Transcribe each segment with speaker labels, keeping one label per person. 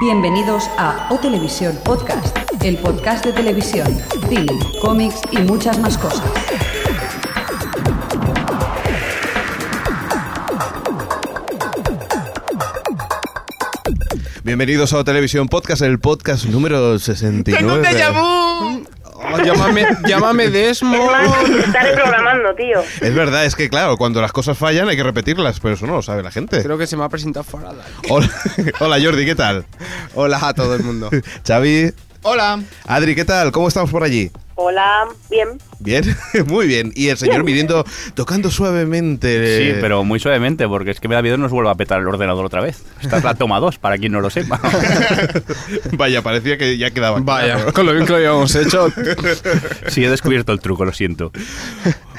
Speaker 1: Bienvenidos a O Televisión Podcast, el podcast de televisión, cine, cómics y muchas más cosas.
Speaker 2: Bienvenidos a O Televisión Podcast, el podcast número 69.
Speaker 3: ¡Tengo un déjà vu!
Speaker 4: Oh, llámame, llámame Desmo.
Speaker 5: Hermano, estaré programando, tío.
Speaker 2: Es verdad, es que claro, cuando las cosas fallan hay que repetirlas, pero eso no lo sabe la gente.
Speaker 4: Creo que se me ha presentado Farada.
Speaker 2: Hola, hola, Jordi, ¿qué tal?
Speaker 4: Hola a todo el mundo.
Speaker 2: Xavi,
Speaker 3: Hola.
Speaker 2: Adri, ¿qué tal? ¿Cómo estamos por allí?
Speaker 5: Hola, bien.
Speaker 2: Bien, muy bien. Y el señor midiendo, tocando suavemente.
Speaker 6: Sí, pero muy suavemente, porque es que me da miedo que nos vuelva a petar el ordenador otra vez. Esta es la toma 2, para quien no lo sepa.
Speaker 2: Vaya, parecía que ya quedaba.
Speaker 4: Vaya,
Speaker 2: claro.
Speaker 4: con lo bien que lo habíamos hecho.
Speaker 6: Sí, he descubierto el truco, lo siento.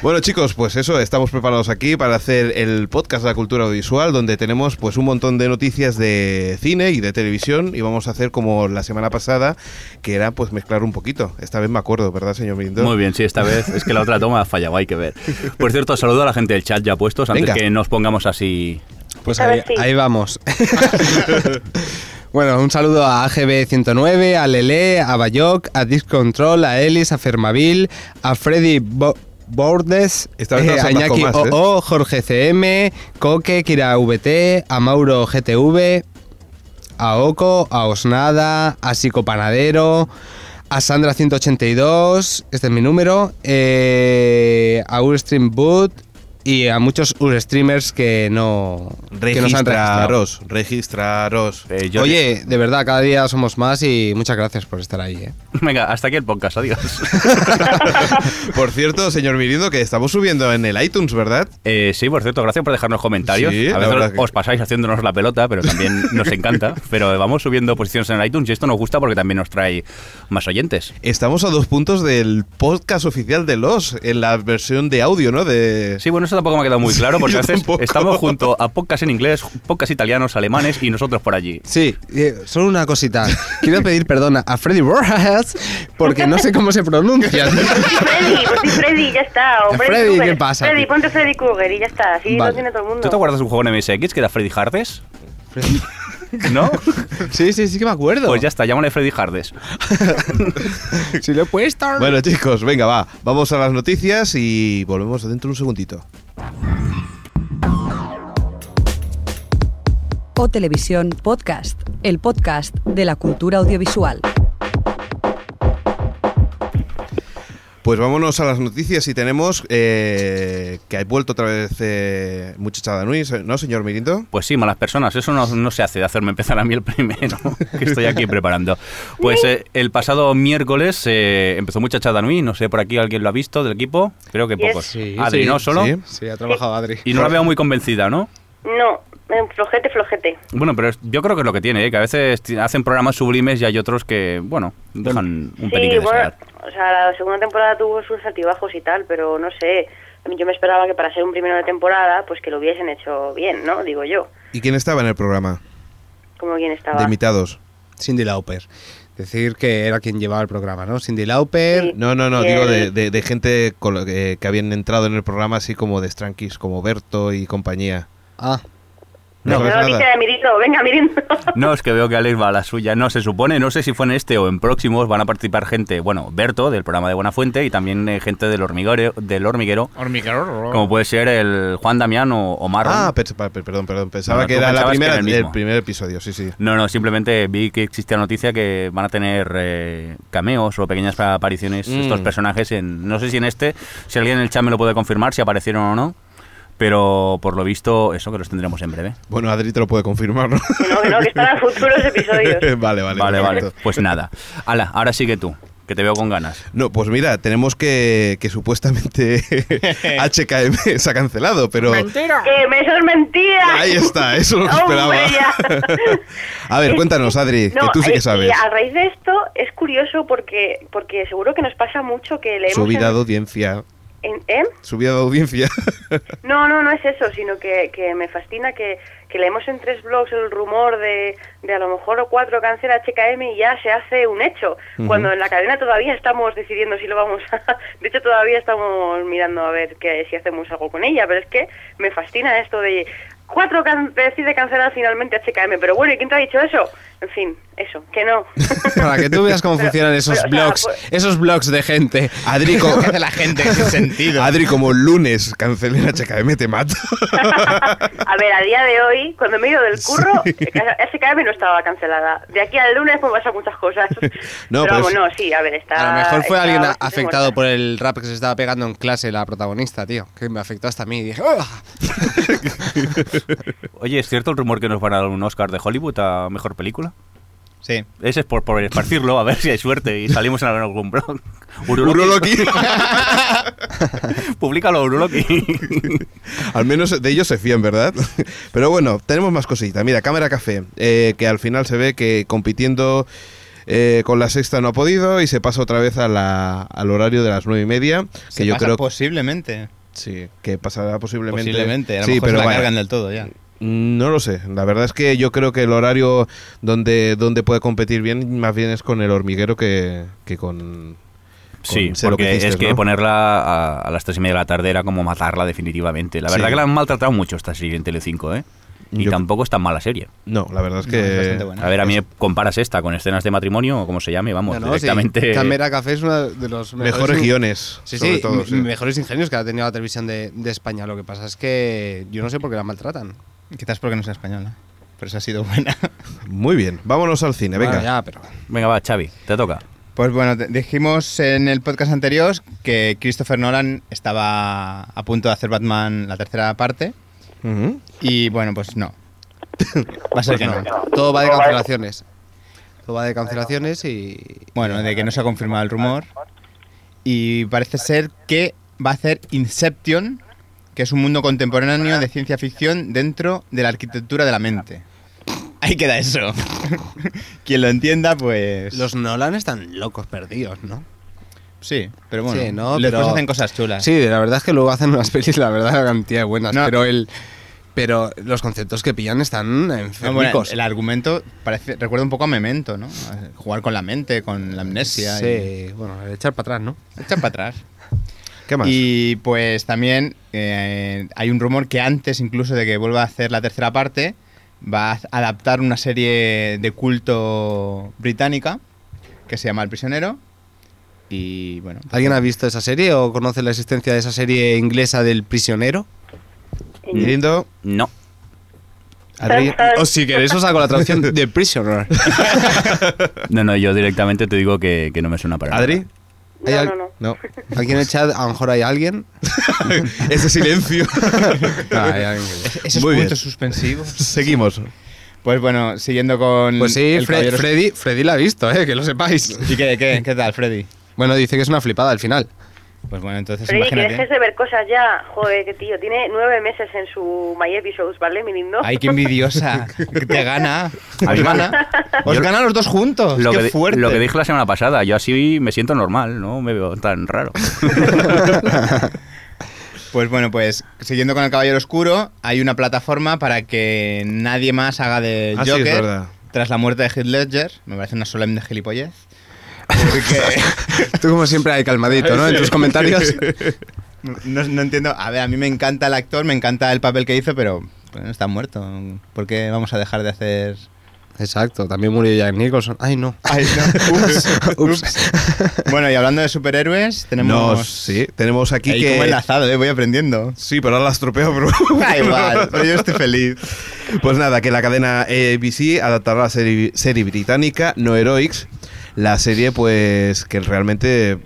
Speaker 2: Bueno, chicos, pues eso, estamos preparados aquí para hacer el podcast de la cultura audiovisual, donde tenemos pues un montón de noticias de cine y de televisión, y vamos a hacer como la semana pasada, que era pues mezclar un poquito. Esta vez me acuerdo, ¿verdad, señor Midiendo?
Speaker 6: Muy bien, sí, esta vez es que la otra toma ha fallado, hay que ver. Por cierto, saludo a la gente del chat ya puestos, antes
Speaker 2: Venga.
Speaker 6: que nos pongamos así.
Speaker 4: Pues
Speaker 5: A
Speaker 4: ahí,
Speaker 5: ver, sí.
Speaker 4: ahí vamos. Bueno, un saludo a AGB109, a Lele, a Bayoc, a Disc Control, a Ellis, a Fermaville, a Freddy Bo- Bordes,
Speaker 2: Esta vez no
Speaker 4: a
Speaker 2: son más
Speaker 4: Iñaki
Speaker 2: comas, ¿eh?
Speaker 4: OO, Jorge CM, Coque, Kira VT, a Mauro GTV, a Oco, a Osnada, a Psicopanadero, a Sandra182, este es mi número, eh, a Ustream Boot y a muchos Urstreamers que no, que no se han registrado.
Speaker 2: Registraros, registraros.
Speaker 6: Eh, yo-
Speaker 4: Oye, de verdad, cada día somos más y muchas gracias por estar ahí. ¿eh?
Speaker 6: Venga, hasta aquí el podcast, adiós.
Speaker 2: Por cierto, señor Mirindo, que estamos subiendo en el iTunes, ¿verdad?
Speaker 6: Eh, sí, por cierto, gracias por dejarnos comentarios.
Speaker 2: Sí,
Speaker 6: a
Speaker 2: la verdad
Speaker 6: veces
Speaker 2: que-
Speaker 6: os pasáis haciéndonos la pelota, pero también nos encanta. Pero vamos subiendo posiciones en iTunes y esto nos gusta porque también nos trae más oyentes.
Speaker 2: Estamos a dos puntos del podcast oficial de Los, en la versión de audio, ¿no? De...
Speaker 6: Sí, bueno, eso tampoco me ha quedado muy claro porque
Speaker 2: Yo
Speaker 6: a veces
Speaker 2: tampoco.
Speaker 6: estamos junto a podcasts en inglés, podcasts italianos, alemanes y nosotros por allí.
Speaker 4: Sí, eh, solo una cosita. Quiero pedir perdón a Freddy Borges porque no sé cómo se pronuncia.
Speaker 5: Freddy, pues sí, Freddy, ya está. O
Speaker 4: Ya, Freddy,
Speaker 5: Krueger.
Speaker 4: ¿qué pasa,
Speaker 5: Freddy,
Speaker 4: tío?
Speaker 5: ponte Freddy Krueger y ya está. Así
Speaker 4: Vale.
Speaker 5: lo tiene todo el mundo.
Speaker 6: ¿Tú te acuerdas de un juego en MSX que era Freddy Hardes? ¿No?
Speaker 4: Sí, sí, sí que me acuerdo.
Speaker 6: Pues ya está, llámale Freddy Hardes.
Speaker 4: Si lo he puesto.
Speaker 2: Bueno, chicos, venga, va. Vamos a las noticias y volvemos dentro de un segundito.
Speaker 1: O Televisión Podcast, el podcast de la cultura audiovisual.
Speaker 2: Pues vámonos a las noticias y tenemos eh, que ha vuelto otra vez eh, Muchachada Nui, ¿no, señor Mirindo?
Speaker 6: Pues sí, malas personas, eso no, no se hace de hacerme empezar a mí el primero, que estoy aquí preparando. Pues eh, el pasado miércoles eh, empezó Muchachada Nui, no sé, por aquí alguien lo ha visto del equipo, creo que
Speaker 5: Yes.
Speaker 6: pocos.
Speaker 4: Sí,
Speaker 6: Adri,
Speaker 4: sí,
Speaker 6: ¿no? Solo.
Speaker 2: sí.
Speaker 4: Sí, Pues ha trabajado Adri.
Speaker 6: Y no la veo muy convencida, ¿no?
Speaker 5: No, eh, flojete, flojete.
Speaker 6: Bueno, pero es- yo creo que es lo que tiene, ¿eh? que a veces ti- hacen programas sublimes y hay otros que, bueno, dejan un pelín
Speaker 5: Sí,
Speaker 6: que
Speaker 5: bueno,
Speaker 6: desear.
Speaker 5: o sea, la segunda temporada tuvo sus altibajos y tal, pero no sé. Yo me esperaba que para ser un primero de temporada, pues que lo hubiesen hecho bien, ¿no? Digo yo.
Speaker 2: ¿Y quién estaba en el programa
Speaker 5: Como quien
Speaker 2: de
Speaker 5: estaba.
Speaker 2: invitados?
Speaker 4: Cindy Lauper. Decir que era quien llevaba el programa, ¿no? Cindy Lauper.
Speaker 5: Sí.
Speaker 2: No, no, no,
Speaker 5: Eh,
Speaker 2: digo de, de- de gente con lo que, que habían entrado en el programa así como de Strankis, como Berto y compañía.
Speaker 4: Ah,
Speaker 2: No,
Speaker 5: Una
Speaker 2: sabes
Speaker 5: noticia
Speaker 2: nada.
Speaker 5: de Mirindo, venga, Mirindo.
Speaker 6: No, es que veo que Alex va a la suya. No, se supone, no sé si fue en este o en próximos, van a participar gente, bueno, Berto, del programa de Buena Fuente, y también eh, gente del hormiguero, del hormiguero como puede ser el Juan Damián o, o Marron.
Speaker 2: Ah, pers- pa- per- perdón, perdón, pensaba
Speaker 6: No, no,
Speaker 2: que
Speaker 6: tú
Speaker 2: era la
Speaker 6: pensabas que
Speaker 2: primera,
Speaker 6: era el
Speaker 2: el,
Speaker 6: mismo.
Speaker 2: primer episodio, sí, sí.
Speaker 6: No, no, simplemente vi que existía la noticia que van a tener eh, cameos o pequeñas apariciones
Speaker 2: Mm.
Speaker 6: estos personajes en... No sé si en este, si alguien en el chat me lo puede confirmar, si aparecieron o no, pero por lo visto eso que los tendremos en breve.
Speaker 2: Bueno, Adri te lo puede confirmar, ¿no?
Speaker 5: Que no, que no, que están en futuros episodios.
Speaker 2: vale, vale,
Speaker 6: Vale, vale,
Speaker 2: perfecto.
Speaker 6: pues nada. Ala, ahora sí que tú, que te veo con ganas.
Speaker 2: No, pues mira, tenemos que, que supuestamente HKM se ha cancelado, pero...
Speaker 5: ¡Que me eso es mentira!
Speaker 2: Ahí está, eso es lo que
Speaker 5: Hombre,
Speaker 2: esperaba.
Speaker 5: ya.
Speaker 2: A ver, cuéntanos, Adri, que Este, tú sí
Speaker 5: eh,
Speaker 2: que sabes.
Speaker 5: y a raíz de esto es curioso porque porque seguro que nos pasa mucho que leemos.
Speaker 2: Subida de audiencia,
Speaker 5: en- en- ¿eh?
Speaker 2: subida de audiencia.
Speaker 5: No, no, no es eso, sino que, que me fascina que, que leemos en tres blogs el rumor de, de a lo mejor o cuatro cáncer HKM y ya se hace un hecho.
Speaker 2: Ujú.
Speaker 5: Cuando en la cadena todavía estamos decidiendo si lo vamos a. De hecho, todavía estamos mirando a ver que, si hacemos algo con ella, pero es que me fascina esto de. Cuatro can- decide cancelar finalmente HKM, pero bueno, ¿y quién te ha dicho eso? En fin, eso, que no.
Speaker 4: Para que tú veas cómo
Speaker 5: Pero-
Speaker 4: funcionan esos
Speaker 5: pero, o sea,
Speaker 4: blogs,
Speaker 5: pues-
Speaker 4: esos blogs de gente.
Speaker 2: Adri, co-
Speaker 3: ¿Qué hace la gente sin sentido?
Speaker 2: Adri, como lunes cancelé la HKM, te mato.
Speaker 5: A ver, a día de hoy, cuando me he ido del curro, SKM no estaba cancelada. De aquí al lunes pues pasan muchas cosas.
Speaker 2: No, pero
Speaker 5: pero vamos,
Speaker 2: es-
Speaker 5: no, sí, a ver, está...
Speaker 4: A lo mejor fue
Speaker 5: está
Speaker 4: alguien a-
Speaker 5: bastante
Speaker 4: afectado
Speaker 5: muerta.
Speaker 4: por el rap que se estaba pegando en clase la protagonista, tío. Que me afectó hasta a mí. Y dije, "Ah".
Speaker 6: Oye, ¿es cierto el rumor que nos van a dar un Oscar de Hollywood a mejor película?
Speaker 3: Sí.
Speaker 6: Ese es por, por esparcirlo, a ver si hay suerte y salimos en algún blog. Uroloqui.
Speaker 2: Uroloqui.
Speaker 6: Publícalo, Uroloqui.
Speaker 2: Al menos de ellos se fían, ¿verdad? Pero bueno, tenemos más cositas. Mira, Cámara Café, eh, que al final se ve que compitiendo eh, con la sexta no ha podido y se pasa otra vez a la- al horario de las nueve y media, que
Speaker 3: Se
Speaker 2: yo
Speaker 3: pasa
Speaker 2: creo
Speaker 3: posiblemente.
Speaker 2: sí, que pasará posiblemente.
Speaker 3: Posiblemente. A lo
Speaker 2: sí,
Speaker 3: mejor
Speaker 2: pero
Speaker 3: se la
Speaker 2: vaya,
Speaker 3: cargan del todo ya.
Speaker 2: mm, No lo sé. La verdad es que yo creo que el horario donde, donde puede competir bien, más bien es con el hormiguero que, que con...
Speaker 6: Sí,
Speaker 2: con Sé lo
Speaker 6: porque
Speaker 2: que hiciste,
Speaker 6: es que
Speaker 2: ¿no?
Speaker 6: ponerla a, a las tres y media de la tarde era como matarla definitivamente. La verdad
Speaker 2: Sí.
Speaker 6: que la han maltratado mucho esta serie en Telecinco, ¿eh? Y
Speaker 2: Yo-
Speaker 6: tampoco es tan mala serie.
Speaker 2: No, la verdad es
Speaker 3: No,
Speaker 2: que...
Speaker 3: es bastante buena.
Speaker 6: A ver, a mí comparas esta con escenas de matrimonio o como se llame, vamos,
Speaker 4: No, no, sí.
Speaker 6: directamente...
Speaker 4: Cámara Café es uno de los mejores,
Speaker 2: Mejores
Speaker 4: in-
Speaker 2: guiones,
Speaker 4: Sí,
Speaker 2: sobre
Speaker 4: sí,
Speaker 2: todo.
Speaker 4: m-
Speaker 2: sí.
Speaker 4: mejores ingenios que ha tenido la televisión de, de España. Lo que pasa es que yo no sé por qué la maltratan.
Speaker 3: Quizás porque no sea española. Pero esa ha sido buena.
Speaker 2: Muy bien, vámonos al cine, venga.
Speaker 4: Bueno, ya, pero
Speaker 6: Venga, va, Xavi, te toca.
Speaker 3: Pues bueno, te- dijimos en el podcast anterior que Christopher Nolan estaba a punto de hacer Batman la tercera parte.
Speaker 2: Ujú.
Speaker 3: Y bueno, pues no. Va a ser que no.
Speaker 4: todo va de cancelaciones. Todo va de cancelaciones y...
Speaker 3: Bueno, de que no se ha confirmado el rumor. Y parece ser que va a hacer Inception, que es un mundo contemporáneo de ciencia ficción dentro de la arquitectura de la mente. Ahí queda eso. Quien lo entienda, pues.
Speaker 4: Los Nolan están locos perdidos, ¿no?
Speaker 3: Sí, pero bueno.
Speaker 4: Sí, ¿no?
Speaker 3: Después
Speaker 4: Pero-
Speaker 3: hacen cosas chulas.
Speaker 4: Sí, la verdad es que luego hacen unas pelis, la verdad, la cantidad de buenas.
Speaker 3: No.
Speaker 4: Pero el... Pero los conceptos que pillan están
Speaker 3: No, bueno,
Speaker 4: enfermicos.
Speaker 3: el argumento parece recuerda un poco a Memento, ¿no? A Jugar con la mente, con la amnesia.
Speaker 4: Sí, bueno, el echar para atrás, ¿no?
Speaker 3: Y... Echa para atrás.
Speaker 2: ¿Qué más?
Speaker 3: Y pues también eh, hay un rumor que antes incluso de que vuelva a hacer la tercera parte, va a adaptar una serie de culto británica que se llama El Prisionero. Y bueno, pues,
Speaker 4: ¿Alguien ha visto esa serie o conoce la existencia de esa serie inglesa del prisionero?
Speaker 2: Mirindo,
Speaker 6: No.
Speaker 2: Adri,
Speaker 4: O si queréis os hago la traducción de Prisoner.
Speaker 6: No, no, yo directamente te digo que, que no me suena para
Speaker 2: Adri,
Speaker 6: nada.
Speaker 4: ¿Hay
Speaker 5: No,
Speaker 4: al-
Speaker 5: no, no.
Speaker 2: no.
Speaker 4: Aquí en el chat a lo mejor hay alguien.
Speaker 2: Ese silencio.
Speaker 4: No, Ah, hay alguien que no.
Speaker 3: esos
Speaker 2: Muy bien.
Speaker 3: puntos suspensivos.
Speaker 2: Seguimos.
Speaker 3: Pues bueno, siguiendo con.
Speaker 4: Pues sí,
Speaker 3: el
Speaker 4: Fre-
Speaker 3: caballero-
Speaker 4: Freddy, Freddy la ha visto, eh, que lo sepáis.
Speaker 3: ¿Y qué, qué, qué tal, Freddy?
Speaker 4: Bueno, dice que es una flipada al final.
Speaker 3: Pues bueno, entonces
Speaker 5: Freddy, que
Speaker 3: imagínate.
Speaker 5: dejes de ver cosas ya. Joder, que tío, tiene nueve meses en su My Episodes, ¿vale, mi lindo?
Speaker 3: Ay, qué envidiosa. que Te gana.
Speaker 6: A
Speaker 3: Os
Speaker 6: mí-
Speaker 3: gana. Os
Speaker 6: Yo-
Speaker 3: gana los dos juntos.
Speaker 6: Lo
Speaker 3: qué
Speaker 6: que, di-
Speaker 3: fuerte.
Speaker 6: lo que dije la semana pasada, yo así me siento normal, no me veo tan raro.
Speaker 3: Pues bueno, pues siguiendo con el Caballero Oscuro, hay una plataforma para que nadie más haga de
Speaker 2: Ah, sí, es
Speaker 3: Joker
Speaker 2: verdad.
Speaker 3: tras la muerte de Heath Ledger. Me parece una solemne gilipollez. Porque
Speaker 4: Tú como siempre ahí calmadito, ¿no? En tus comentarios.
Speaker 3: no, no entiendo. A ver, a mí me encanta el actor, me encanta el papel que hizo, pero bueno, está muerto. ¿Por qué vamos a dejar de hacer?
Speaker 4: Exacto, también murió Jack Nicholson. Ay, no.
Speaker 3: Ay, no. Ups.
Speaker 4: Ups.
Speaker 3: Bueno, y hablando de superhéroes, tenemos.
Speaker 2: No, sí, tenemos aquí
Speaker 3: Ahí
Speaker 2: que.
Speaker 3: como enlazado, eh, voy aprendiendo.
Speaker 2: Sí, pero ahora las tropeo, pero.
Speaker 3: Da igual, pero yo estoy feliz.
Speaker 2: Pues nada, que la cadena ABC adaptará la serie, serie británica No Heroics. La serie, pues, que realmente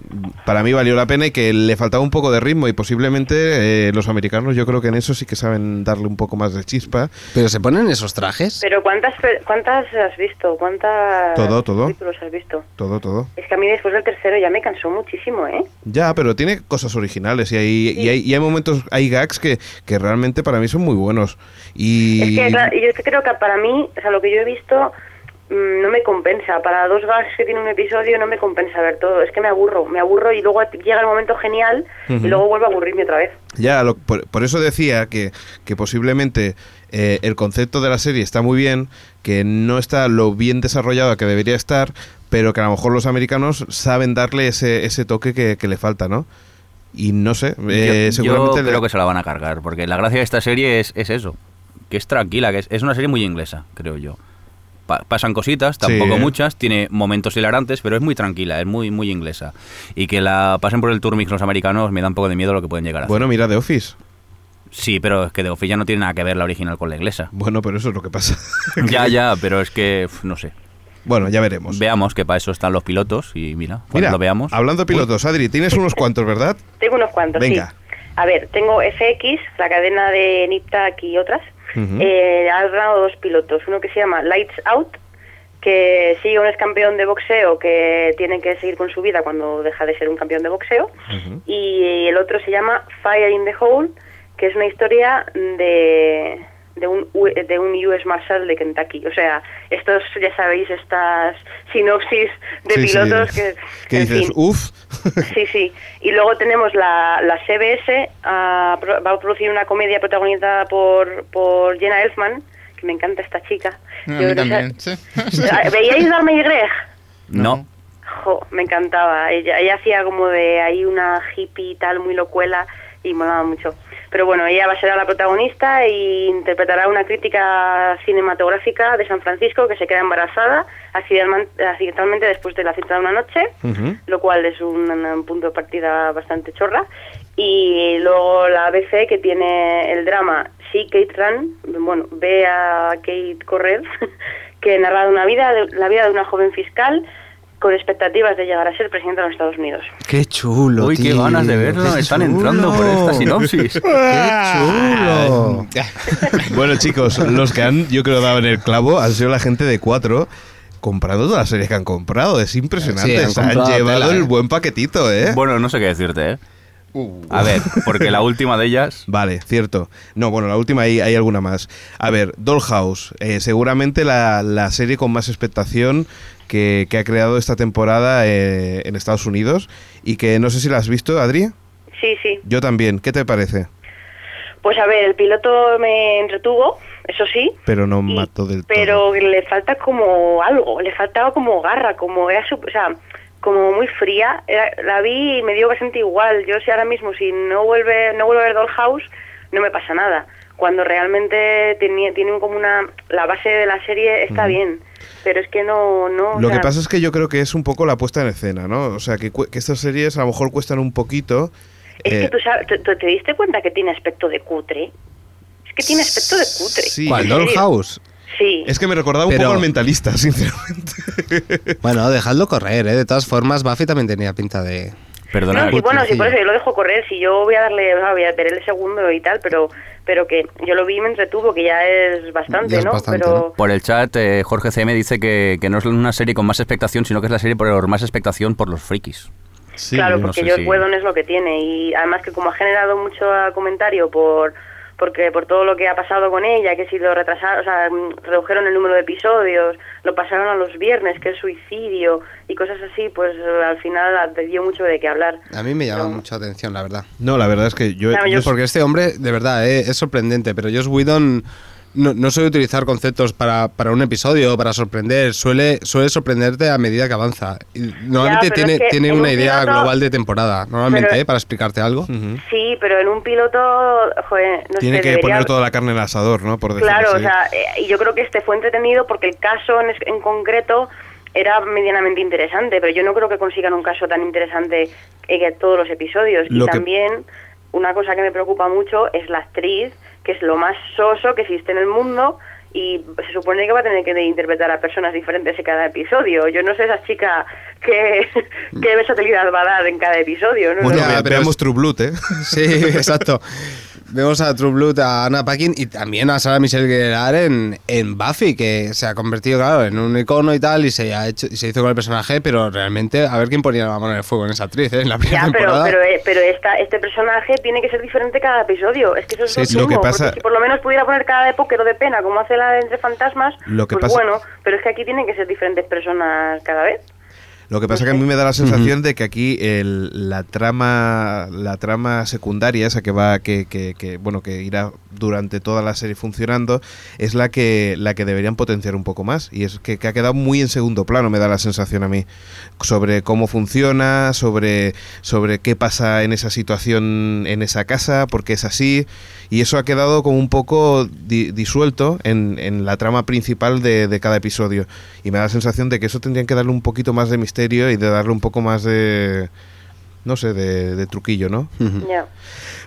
Speaker 2: para mí valió la pena y que le faltaba un poco de ritmo. Y posiblemente eh, los americanos, yo creo que en eso sí que saben darle un poco más de chispa.
Speaker 4: Pero se ponen esos trajes.
Speaker 5: Pero ¿cuántas, pe- ¿cuántas has visto? ¿Cuántas
Speaker 2: Todo, todo.
Speaker 5: títulos has visto?
Speaker 2: Todo, todo.
Speaker 5: Es que a mí después del tercero ya me cansó muchísimo, ¿eh?
Speaker 2: Ya, pero tiene cosas originales y hay, y hay, y hay momentos, hay gags que, que realmente para mí son muy buenos. Y
Speaker 5: Es que claro, yo es que creo que para mí, o sea, lo que yo he visto mm, no me compensa. Para dos gags que tiene un episodio no me compensa ver todo. Es que me aburro, me aburro y luego llega el momento genial y luego vuelvo a aburrirme otra vez.
Speaker 2: ya, lo- por, por eso decía que, que posiblemente eh, el concepto de la serie está muy bien, que no está lo bien desarrollado que debería estar, pero que a lo mejor los americanos saben darle ese, ese toque que, que le falta, ¿no? Y no sé, eh,
Speaker 6: yo,
Speaker 2: seguramente...
Speaker 6: yo
Speaker 2: le-
Speaker 6: creo que se la van a cargar, porque la gracia de esta serie es, es eso, que es tranquila, que es, es una serie muy inglesa, creo yo. pa- pasan cositas,
Speaker 2: Sí.
Speaker 6: tampoco muchas, tiene momentos hilarantes, pero es muy tranquila, es muy, muy inglesa. Y que la pasen por el tour mix los americanos me da un poco de miedo lo que pueden llegar a hacer.
Speaker 2: Bueno, mira The Office.
Speaker 6: Sí, pero es que The Office ya no tiene nada que ver la original con la inglesa.
Speaker 2: Bueno, pero eso es lo que pasa.
Speaker 6: ya, ya, pero es que, uf, no sé.
Speaker 2: Bueno, ya veremos.
Speaker 6: Veamos que para eso están los pilotos y mira, cuando
Speaker 2: Mira,
Speaker 6: lo veamos.
Speaker 2: hablando de pilotos, Adri, tienes unos cuantos, ¿verdad?
Speaker 5: Tengo unos cuantos,
Speaker 2: Venga.
Speaker 5: sí. A ver, tengo FX, la cadena de NipTac y otras.
Speaker 2: Ujú.
Speaker 5: Eh, ha ganado dos pilotos. Uno que se llama Lights Out, que sigue un ex campeón de boxeo que tiene que seguir con su vida cuando deja de ser un campeón de boxeo. Y el otro se llama Fire in the Hole, que es una historia de, de, un, U- de un US Marshal de Kentucky. O sea, estos, ya sabéis, estas sinopsis de
Speaker 2: Sí, sí.
Speaker 5: pilotos que...
Speaker 2: Que
Speaker 5: en
Speaker 2: dices, Uh.
Speaker 5: fin.
Speaker 2: uff.
Speaker 5: Sí, sí. Y luego tenemos la, la CBS, ah, pro- va a producir una comedia protagonizada por, por Jenna Elfman, que me encanta esta chica.
Speaker 3: A
Speaker 5: Yo creo
Speaker 3: mí
Speaker 5: que
Speaker 3: también, sí.
Speaker 5: esa- Ah, ¿Veíais Dharma y Greg?
Speaker 6: No.
Speaker 5: Jo, me encantaba. Ella, ella hacía como de ahí una hippie y tal, muy locuela, y molaba mucho. Pero bueno, ella va a ser la protagonista e interpretará una crítica cinematográfica de San Francisco que se queda embarazada accidentalman- accidentalmente después de la cita de una noche
Speaker 2: Ujú.
Speaker 5: lo cual es un, un punto de partida bastante chorra. Y luego la ABC que tiene el drama Sí, Kate Run, bueno, ve a Kate correr, que narra una vida, de- la vida de una joven fiscal con expectativas de llegar a ser presidenta de los Estados Unidos.
Speaker 4: Qué chulo,
Speaker 6: Uy, qué
Speaker 4: tío,
Speaker 6: ganas de verlo,
Speaker 4: qué
Speaker 6: están
Speaker 4: chulo.
Speaker 6: entrando por esta sinopsis.
Speaker 4: ¡Qué chulo!
Speaker 2: Bueno, chicos, los que han, yo creo, dado en el clavo han sido la gente de cuatro comprando todas las series que han comprado. Es
Speaker 4: Sí,
Speaker 2: impresionante.
Speaker 4: han
Speaker 2: Se han,
Speaker 4: comprado
Speaker 2: llevado
Speaker 4: tela,
Speaker 2: el
Speaker 4: eh.
Speaker 2: buen paquetito, ¿eh?
Speaker 6: Bueno, no sé qué decirte, ¿eh?
Speaker 3: Uh.
Speaker 6: A ver, porque la última de ellas...
Speaker 2: Vale, cierto. No, bueno, la última hay, hay alguna más. A ver, Dollhouse, eh, seguramente la, la serie con más expectación que, que ha creado esta temporada eh, en Estados Unidos y que no sé si la has visto, Adri.
Speaker 5: Sí, sí.
Speaker 2: Yo también. ¿Qué te parece?
Speaker 5: Pues a ver, el piloto me entretuvo, eso sí.
Speaker 2: Pero no
Speaker 5: y-
Speaker 2: mato del todo.
Speaker 5: pero le falta como algo, le faltaba como garra, como era su, o sea, como muy fría. Era- la vi y me dio bastante igual. Yo si ahora mismo si no vuelve no vuelve a ver Dollhouse no me pasa nada. Cuando realmente tenía tiene como una la base de la serie está bien, pero es que no no. o
Speaker 2: Lo que
Speaker 5: sea,
Speaker 2: pasa es que yo creo que es un poco la puesta en escena, ¿no? O sea, que, cu- que estas series a lo mejor cuestan un poquito.
Speaker 5: es
Speaker 2: eh,
Speaker 5: que tú sabes, ¿te, te- te diste cuenta que tiene aspecto de cutre. Es que tiene aspecto de cutre.
Speaker 2: Sí.
Speaker 4: ¿Cuál?
Speaker 5: ¿En serio?
Speaker 4: ¿Dollhouse?
Speaker 5: Sí.
Speaker 2: es que me recordaba un
Speaker 4: Pero-
Speaker 2: poco al mentalista, sinceramente.
Speaker 4: Bueno, dejadlo correr, ¿eh? De todas formas, Buffy también tenía pinta de...
Speaker 6: Perdona,
Speaker 5: No, sí, bueno, sí, por
Speaker 4: Putrecilla.
Speaker 5: eso yo lo dejo correr. Si yo voy a darle, o sea, voy a ver el segundo y tal, pero pero que yo lo vi y me entretuvo, que ya es bastante,
Speaker 4: Ya es
Speaker 5: ¿no?
Speaker 4: bastante,
Speaker 5: pero
Speaker 6: por el chat, eh, Jorge CM dice que, que no es una serie con más expectación, sino que es la serie por más expectación por los frikis.
Speaker 2: Sí,
Speaker 5: claro,
Speaker 6: no
Speaker 5: porque
Speaker 6: sé
Speaker 5: yo
Speaker 6: si-
Speaker 5: es lo que tiene. Y además que como ha generado mucho ah, comentario por porque por todo lo que ha pasado con ella, que si lo retrasaron, o sea, mm, redujeron el número de episodios, lo pasaron a los viernes, que es suicidio y cosas así, pues eh, al final ah, dio mucho de qué hablar.
Speaker 4: A mí me llama
Speaker 5: No.
Speaker 4: mucho atención, la verdad.
Speaker 2: No, la verdad es que yo.
Speaker 5: Claro,
Speaker 2: yo-
Speaker 5: yo-
Speaker 4: Porque este hombre, de verdad, eh, es sorprendente, pero Joss Whedon no, no suele utilizar conceptos para, para un episodio o para sorprender, suele, suele sorprenderte a medida que avanza. Y normalmente
Speaker 5: pero
Speaker 4: tiene,
Speaker 5: es que
Speaker 4: tiene
Speaker 5: en un
Speaker 4: una idea
Speaker 5: piloto-
Speaker 4: global de temporada, normalmente,
Speaker 5: Pero-
Speaker 4: eh, para explicarte algo.
Speaker 2: Ujú.
Speaker 5: Sí, pero en un piloto, joder, no
Speaker 2: Tiene
Speaker 5: sé,
Speaker 2: que
Speaker 5: debería-
Speaker 2: poner toda la carne en el asador, ¿no? Por decirlo
Speaker 5: Claro, o
Speaker 2: así.
Speaker 5: sea, eh, y yo creo que este fue entretenido porque el caso en, es- en concreto era medianamente interesante, pero yo no creo que consigan un caso tan interesante eh, que todos los episodios.
Speaker 2: Lo
Speaker 5: y
Speaker 2: que-
Speaker 5: también una cosa que me preocupa mucho es la actriz, que es lo más soso que existe en el mundo y se supone que va a tener que interpretar a personas diferentes en cada episodio. Yo no sé esa chica qué, qué versatilidad va a dar en cada episodio. ¿no?
Speaker 2: Mm. Bueno,
Speaker 5: No,
Speaker 4: Ya,
Speaker 2: ve-
Speaker 4: pero
Speaker 2: veamos
Speaker 4: es-
Speaker 2: True Blood, ¿eh?
Speaker 4: Sí, exacto. Vemos a True Blood, a Anna Paquin y también a Sarah Michelle Gellar en, en Buffy, que se ha convertido, claro, en un icono y tal, y se, ha hecho, y se hizo con el personaje, pero realmente a ver quién ponía la mano en el fuego en esa actriz, ¿eh? en la primera
Speaker 5: Ya, pero,
Speaker 4: temporada.
Speaker 5: pero, eh, pero esta, este personaje tiene que ser diferente cada episodio. Es que eso es
Speaker 2: Sí,
Speaker 5: lo,
Speaker 2: sí, lo que
Speaker 5: chungo,
Speaker 2: pasa-
Speaker 5: porque Si por lo menos pudiera poner cada de póker o de pena, como hace la de Entre Fantasmas,
Speaker 2: Lo que
Speaker 5: pues
Speaker 2: pasa-
Speaker 5: bueno, pero es que aquí tienen que ser diferentes personas cada vez.
Speaker 2: Lo que pasa que a mí me da la sensación de que aquí el- la trama la trama secundaria esa que va que, que- que, bueno que irá durante toda la serie funcionando es la que la que deberían potenciar un poco más y es que, que ha quedado muy en segundo plano me da la sensación a mí sobre cómo funciona sobre sobre qué pasa en esa situación en esa casa por qué es así y eso ha quedado como un poco di- disuelto en, en la trama principal de, de cada episodio. Y me da la sensación de que eso tendrían que darle un poquito más de misterio y de darle un poco más de. No sé, de, de truquillo, ¿no?
Speaker 5: Ya.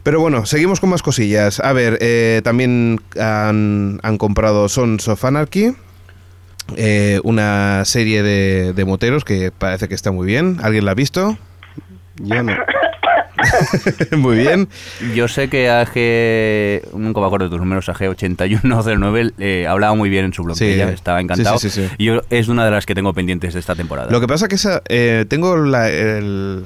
Speaker 2: Pero bueno, seguimos con más cosillas. A ver, eh, también han, han comprado Sons of Anarchy. eh, una serie de, de moteros que parece que está muy bien. ¿Alguien la ha visto?
Speaker 4: Yo no.
Speaker 2: muy bien.
Speaker 6: Yo sé que AG, nunca me acuerdo de tus números, AG8109, eh, hablaba muy bien en su blog,
Speaker 2: Sí.
Speaker 6: ella estaba encantado.
Speaker 2: Sí, sí, sí, sí.
Speaker 6: Y yo, es una de las que tengo pendientes de esta temporada.
Speaker 2: Lo que pasa que esa eh, tengo la, el-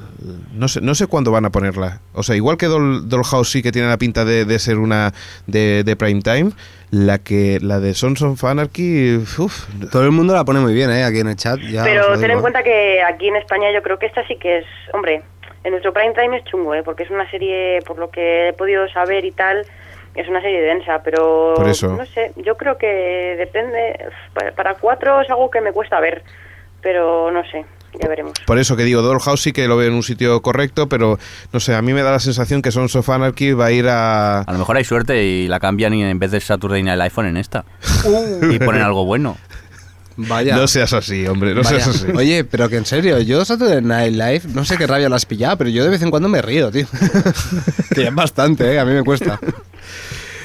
Speaker 2: no sé no sé cuándo van a ponerla. O sea, igual que Doll- Dollhouse sí que tiene la pinta de, de ser una de, de prime time, la que la de Sons of Anarchy, uf,
Speaker 4: Todo el mundo la pone muy bien, ¿eh? Aquí en el chat. ya os lo
Speaker 5: Pero ten
Speaker 4: digo.
Speaker 5: en cuenta que aquí en España yo creo que esta sí que es, hombre, en nuestro prime time es chungo, ¿eh? porque es una serie, por lo que he podido saber y tal, es una serie densa, pero
Speaker 2: Por eso.
Speaker 5: no sé, yo creo que depende, para, para cuatro es algo que me cuesta ver, pero no sé, ya veremos.
Speaker 2: Por eso que digo, Dollhouse sí que lo veo en un sitio correcto, pero no sé, a mí me da la sensación que Sons of Anarchy va a ir a...
Speaker 6: A lo mejor hay suerte y la cambian y en vez de Saturday Night iPhone en esta. Y ponen algo bueno.
Speaker 4: Vaya.
Speaker 2: No seas así, hombre, no
Speaker 4: vaya.
Speaker 2: seas así.
Speaker 4: Oye, pero que en serio, yo Saturday Night Live, no sé qué rabia la has pillado, pero yo de vez en cuando me río, tío. que es bastante, ¿eh? A mí me cuesta.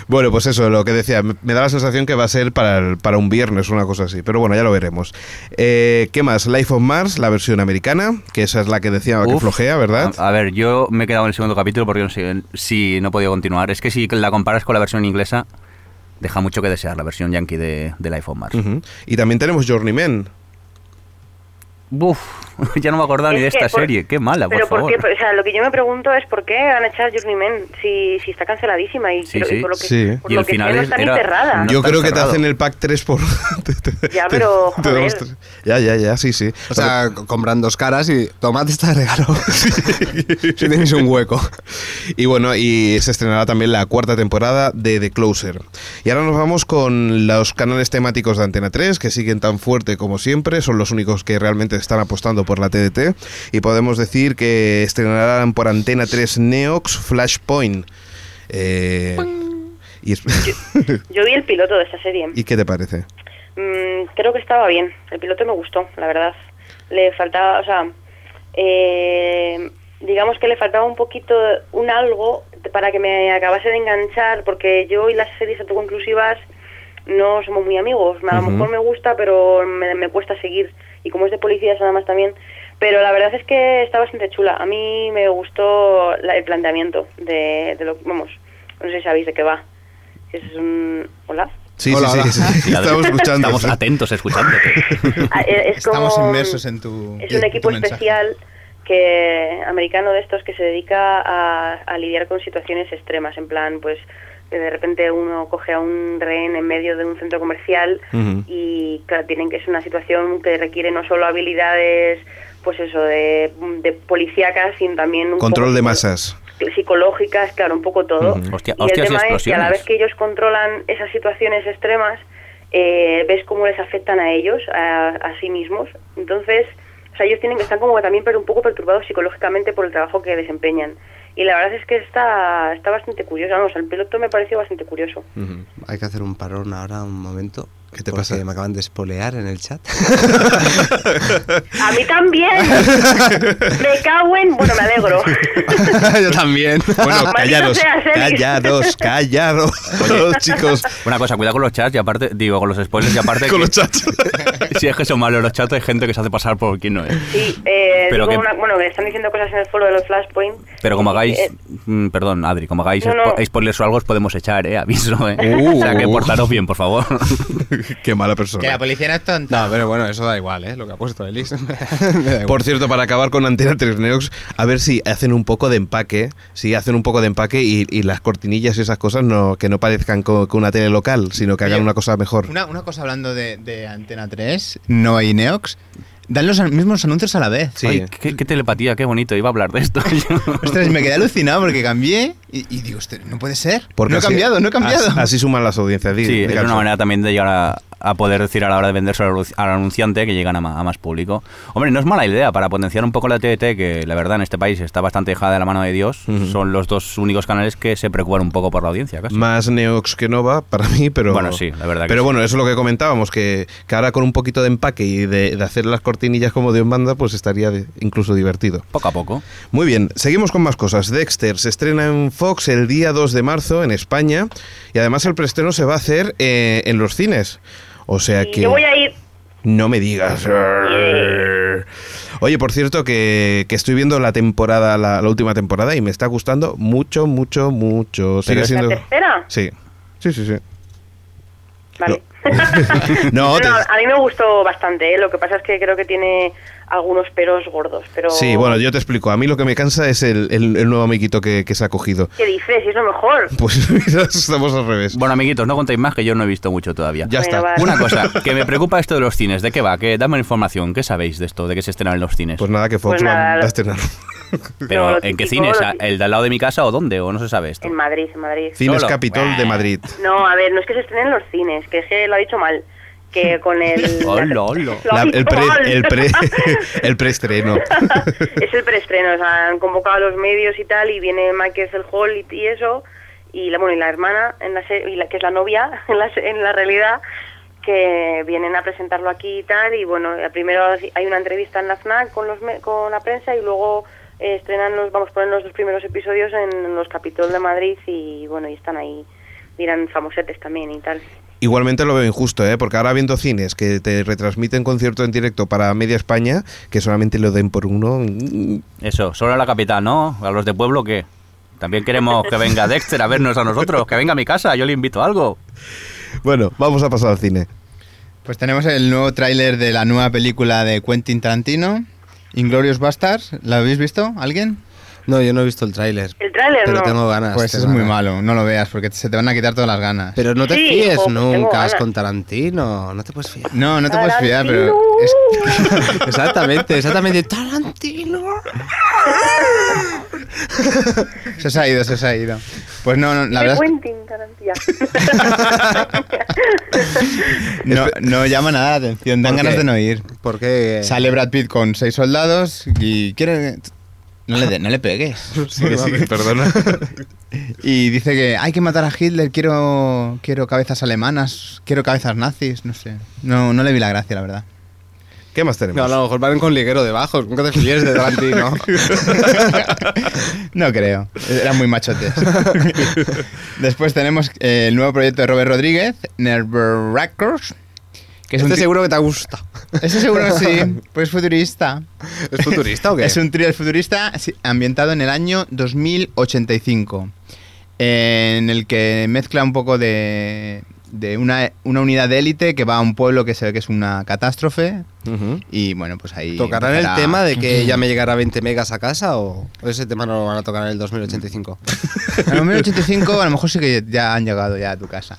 Speaker 2: Bueno, pues eso, lo que decía, me me da la sensación que va a ser para, el- para un viernes, una cosa así, pero bueno, ya lo veremos. Eh, ¿Qué más? Life on Mars, la versión americana, que esa es la que decía que
Speaker 6: Uf.
Speaker 2: flojea, ¿verdad?
Speaker 6: A, a ver, yo me he quedado en el segundo capítulo porque no sé si no podía continuar. Es que si la comparas con la versión inglesa, deja mucho que desear la versión yankee de, del iPhone Mars.
Speaker 2: Ujú. Y también tenemos Journeyman.
Speaker 6: Uf, ya no me acordaba ni
Speaker 5: Es
Speaker 6: de esta
Speaker 5: que por-
Speaker 6: serie. Qué mala,
Speaker 5: pero
Speaker 6: por favor.
Speaker 5: Qué, o sea, lo que yo me pregunto es por qué van a echar Journeyman si, si está canceladísima y,
Speaker 6: Sí,
Speaker 5: creo- y
Speaker 6: sí.
Speaker 5: por lo que,
Speaker 2: Sí.
Speaker 5: por
Speaker 6: Y
Speaker 5: lo
Speaker 6: el
Speaker 5: que
Speaker 6: final
Speaker 5: sé, no
Speaker 6: es-
Speaker 5: está ni
Speaker 6: era-
Speaker 5: cerrada.
Speaker 6: no
Speaker 2: Yo
Speaker 6: está
Speaker 2: creo que te
Speaker 6: cerrado.
Speaker 2: hacen el pack 3 por... te- te-
Speaker 5: Ya,
Speaker 2: te-
Speaker 5: pero,
Speaker 2: te damos
Speaker 5: joder.
Speaker 2: tres. Ya, ya, ya, sí, sí.
Speaker 4: O sea, compran dos caras y tomad esta de regalo. si tenéis un hueco.
Speaker 2: Y bueno, y se estrenará también la cuarta temporada de The Closer. Y ahora nos vamos con los canales temáticos de Antena 3, que siguen tan fuerte como siempre, son los únicos que realmente están apostando por la TDT. Y podemos decir que estrenarán por Antena 3 Neox Flashpoint. Eh, y, es-
Speaker 5: Yo vi el piloto de esta serie.
Speaker 2: ¿Y qué te parece?
Speaker 5: Mm, creo que estaba bien. El piloto me gustó, la verdad. Le faltaba, o sea, eh, digamos que le faltaba un poquito, un algo para que me acabase de enganchar, porque yo y las series autoconclusivas no somos muy amigos. A lo
Speaker 2: Ujú.
Speaker 5: mejor me gusta, pero me, me cuesta seguir. Y como es de policías, nada más también. Pero la verdad es que está bastante chula. A mí me gustó la- el planteamiento de, de lo vamos, no sé si sabéis de qué va. Es un... ¿Hola?
Speaker 2: Sí,
Speaker 4: Hola,
Speaker 2: sí,
Speaker 4: hola.
Speaker 2: sí, sí, sí, Estamos escuchando.
Speaker 6: Estamos atentos escuchándote.
Speaker 5: Ah, eh, es como-
Speaker 3: Estamos inmersos en tu.
Speaker 5: Es un equipo
Speaker 3: tu mensaje.
Speaker 5: especial que americano de estos que se dedica a, a lidiar con situaciones extremas, en plan, pues que de repente uno coge a un rehén en medio de un centro comercial
Speaker 2: Ujú.
Speaker 5: y claro, tienen que es una situación que requiere no solo habilidades, pues eso de, de policíacas, sino también un
Speaker 2: Control
Speaker 5: poco
Speaker 2: de
Speaker 5: psico-
Speaker 2: masas.
Speaker 5: psicológicas, claro, un poco todo.
Speaker 2: Ujú.
Speaker 6: Hostia-
Speaker 5: y el
Speaker 6: hostias
Speaker 5: tema es que
Speaker 6: y
Speaker 5: a la
Speaker 6: explosiones.
Speaker 5: vez que ellos controlan esas situaciones extremas, eh, ves cómo les afectan a ellos, a, a sí mismos. Entonces, o sea, ellos tienen que estar como que también pero un poco perturbados psicológicamente por el trabajo que desempeñan. Y la verdad es que está, está bastante curioso. Vamos, el piloto me pareció bastante curioso.
Speaker 2: Ujú.
Speaker 4: Hay que hacer un parón ahora, un momento.
Speaker 2: ¿Qué te
Speaker 4: porque
Speaker 2: pasa?
Speaker 4: Me acaban de espolear en el chat.
Speaker 5: ¡A mí también! ¡Me cago en... Bueno, me alegro.
Speaker 4: Yo también.
Speaker 2: Bueno,
Speaker 5: Maldito
Speaker 2: callaros,
Speaker 5: sea, Félix.
Speaker 2: callaros, callaros, chicos,
Speaker 6: Una cosa, cuidado con los chats y aparte, digo, con los spoilers y aparte.
Speaker 2: con
Speaker 6: que-
Speaker 2: los chats.
Speaker 6: Si es que son malos los chats, hay gente que se hace pasar por quien no es.
Speaker 5: Sí, eh, digo
Speaker 6: Pero que-
Speaker 5: una- bueno, me están diciendo cosas en el foro de los Flashpoint.
Speaker 6: Pero como hagáis,
Speaker 5: Eh,
Speaker 6: mm, perdón, Adri, como hagáis
Speaker 5: No, no.
Speaker 6: spo- spoilers o algo, os podemos echar, ¿eh? Aviso, ¿eh?
Speaker 2: Uh.
Speaker 6: o sea, que portaros bien, por favor.
Speaker 2: Qué mala
Speaker 3: Que la
Speaker 2: persona.
Speaker 3: policía no es tonta.
Speaker 4: No, pero bueno, eso da igual, ¿eh? Lo que ha puesto Elis. Me da igual.
Speaker 2: Por cierto, para acabar con Antena 3 Neox, a ver si hacen un poco de empaque, si hacen un poco de empaque y, y las cortinillas y esas cosas no, que no parezcan co- con, una tele local, sino que hagan
Speaker 3: Oye,
Speaker 2: una cosa mejor.
Speaker 3: Una, una cosa hablando de, de Antena 3, Nova y Neox. Dan los an- mismos anuncios a la vez.
Speaker 2: Sí.
Speaker 6: Ay, qué, qué telepatía, qué bonito. Iba a hablar de esto.
Speaker 3: Ostras, me quedé alucinado porque cambié y, y digo, "Ostras, no puede ser.
Speaker 2: Porque
Speaker 3: no he
Speaker 2: así-
Speaker 3: cambiado, no he cambiado.
Speaker 2: Así, así suman las audiencias. di-
Speaker 6: sí,
Speaker 2: di,
Speaker 6: es
Speaker 2: Carlos.
Speaker 6: una manera también de llegar a, a poder decir a la hora de venderse al anunci- al anunciante que llegan a, ma- a más público. Hombre, no es mala idea para potenciar un poco la TDT, que la verdad en este país está bastante dejada de la mano de Dios.
Speaker 2: Ujú. Mm.
Speaker 6: Son los dos únicos canales que se preocupan un poco por la audiencia, casi.
Speaker 2: Más Neox que Nova para mí, pero.
Speaker 6: Bueno, sí, la verdad que
Speaker 2: Pero
Speaker 6: sí.
Speaker 2: bueno, eso es lo que comentábamos, que, que ahora con un poquito de empaque y de, de hacer las cortinillas como Dios manda, pues estaría de- incluso divertido.
Speaker 6: Poco a poco.
Speaker 2: Muy bien, seguimos con más cosas. Dexter se estrena en Fox el día 2 de marzo en España y además el preestreno se va a hacer eh, en los cines. O sea
Speaker 5: Y
Speaker 2: que.
Speaker 5: yo voy a ir.
Speaker 2: No me digas. Oye, por cierto, que, que estoy viendo la temporada, la, la última temporada, y me está gustando mucho, mucho, mucho. Sigue
Speaker 6: es-
Speaker 2: siendo.
Speaker 5: ¿La tercera?
Speaker 2: Sí. Sí, sí, sí.
Speaker 5: Vale.
Speaker 2: No,
Speaker 5: No,
Speaker 2: te-
Speaker 5: a mí me gustó bastante, ¿eh? lo que pasa es que creo que tiene algunos peros gordos, pero...
Speaker 2: Sí, bueno, yo te explico. A mí lo que me cansa es el, el- el nuevo amiguito que, que se ha cogido.
Speaker 5: ¿Qué dices? Es lo mejor.
Speaker 2: Pues mira, estamos al revés.
Speaker 6: Bueno, amiguitos, no contéis más que yo no he visto mucho todavía.
Speaker 2: ya
Speaker 5: Bueno,
Speaker 2: está.
Speaker 5: vale.
Speaker 6: Una cosa, que me preocupa esto de los cines. ¿De qué va? Que dame información. ¿Qué sabéis de esto? ¿De qué se estrenan en los cines?
Speaker 2: Pues nada, que Fox
Speaker 5: Pues nada.
Speaker 2: va a estrenar.
Speaker 6: Pero
Speaker 5: No, lo
Speaker 6: ¿en qué
Speaker 5: típico,
Speaker 6: cines?
Speaker 5: lo
Speaker 6: ¿A-
Speaker 5: típico.
Speaker 6: ¿El de al lado de mi casa o dónde? ¿O no se sabe esto?
Speaker 5: En Madrid, en Madrid.
Speaker 2: Cines
Speaker 6: Solo.
Speaker 2: Capitol de Madrid.
Speaker 5: No, a ver, no es que se estrenen en los cines, que es que lo ha dicho mal. Que con el...
Speaker 6: Hola,
Speaker 5: la-
Speaker 6: hola.
Speaker 5: Lo ha
Speaker 2: La- el,
Speaker 5: dicho
Speaker 2: pre,
Speaker 5: mal.
Speaker 2: el, pre, el preestreno.
Speaker 5: es el preestreno, o sea, han convocado a los medios y tal, y viene Michael el Hall y, y eso, y la, bueno, y la hermana, en la, se- y la, que es la novia en la, se- en la realidad, que vienen a presentarlo aquí y tal, y bueno, eh, primero hay una entrevista en la FNAC con, los, me- con la prensa y luego eh, estrenan los, vamos a poner los dos primeros episodios en los Capitol de Madrid y bueno, y están ahí, dirán famosetes también y tal.
Speaker 2: Igualmente lo veo injusto, ¿eh? porque ahora viendo cines que te retransmiten concierto en directo para media España, que solamente lo den por uno. mm,
Speaker 6: Eso, solo a la capital, ¿no? A los de pueblo, ¿qué? También queremos que venga Dexter a vernos a nosotros, que venga a mi casa, yo le invito a algo.
Speaker 2: Bueno, vamos a pasar al cine.
Speaker 3: Pues tenemos el nuevo tráiler de la nueva película de Quentin Tarantino, Inglorious Bastards. ¿La habéis visto? ¿Alguien?
Speaker 4: No, yo no he visto el tráiler.
Speaker 5: El tráiler,
Speaker 4: Pero
Speaker 5: ¿no?
Speaker 4: tengo ganas.
Speaker 3: Pues
Speaker 4: tengo
Speaker 3: es muy
Speaker 4: ganas.
Speaker 3: malo, no lo veas porque se te van a quitar todas las ganas.
Speaker 4: Pero no te
Speaker 5: Sí,
Speaker 4: fíes
Speaker 5: jo, tengo
Speaker 4: nunca, es
Speaker 5: ganas.
Speaker 4: con Tarantino. No te puedes fiar.
Speaker 3: No, no te puedes fiar, pero es,
Speaker 4: exactamente, exactamente. Tarantino.
Speaker 3: se os ha ido, se os ha ido. Pues no, no, la
Speaker 5: De
Speaker 3: verdad es que
Speaker 5: Quentin Tarantino.
Speaker 3: no, no llama nada la atención, dan
Speaker 4: ¿Por
Speaker 3: ganas
Speaker 4: qué?
Speaker 3: de no ir.
Speaker 4: ¿Por qué?
Speaker 3: Sale Brad Pitt con seis soldados y quiere... No le, de- no le pegues.
Speaker 2: perdona.
Speaker 3: Y dice que hay que matar a Hitler, quiero, quiero cabezas alemanas, quiero cabezas nazis, no sé. No, no le vi la gracia, la verdad.
Speaker 2: ¿Qué más tenemos?
Speaker 4: No, a lo mejor van con liguero debajo. Nunca te fíes de Tarantino.
Speaker 3: No creo. Eran muy machotes. Después tenemos eh, el nuevo proyecto de Robert Rodríguez, Nerve Records. Que es un
Speaker 4: este
Speaker 3: tri-
Speaker 4: seguro que te gusta.
Speaker 3: Ese seguro que sí, pues es futurista.
Speaker 4: ¿Es futurista o qué?
Speaker 3: Es un thriller futurista sí, ambientado en el año 2085, en el que mezcla un poco de, de una, una unidad de élite que va a un pueblo que se ve que es una catástrofe.
Speaker 2: Ujú.
Speaker 3: Y bueno, pues ahí.
Speaker 4: ¿Tocarán
Speaker 3: empezará-
Speaker 4: el tema de que ya me llegará 20 megas a casa o o ese tema no lo van a tocar en el 2085?
Speaker 3: En el 2085 a lo mejor sí que ya han llegado ya a tu casa.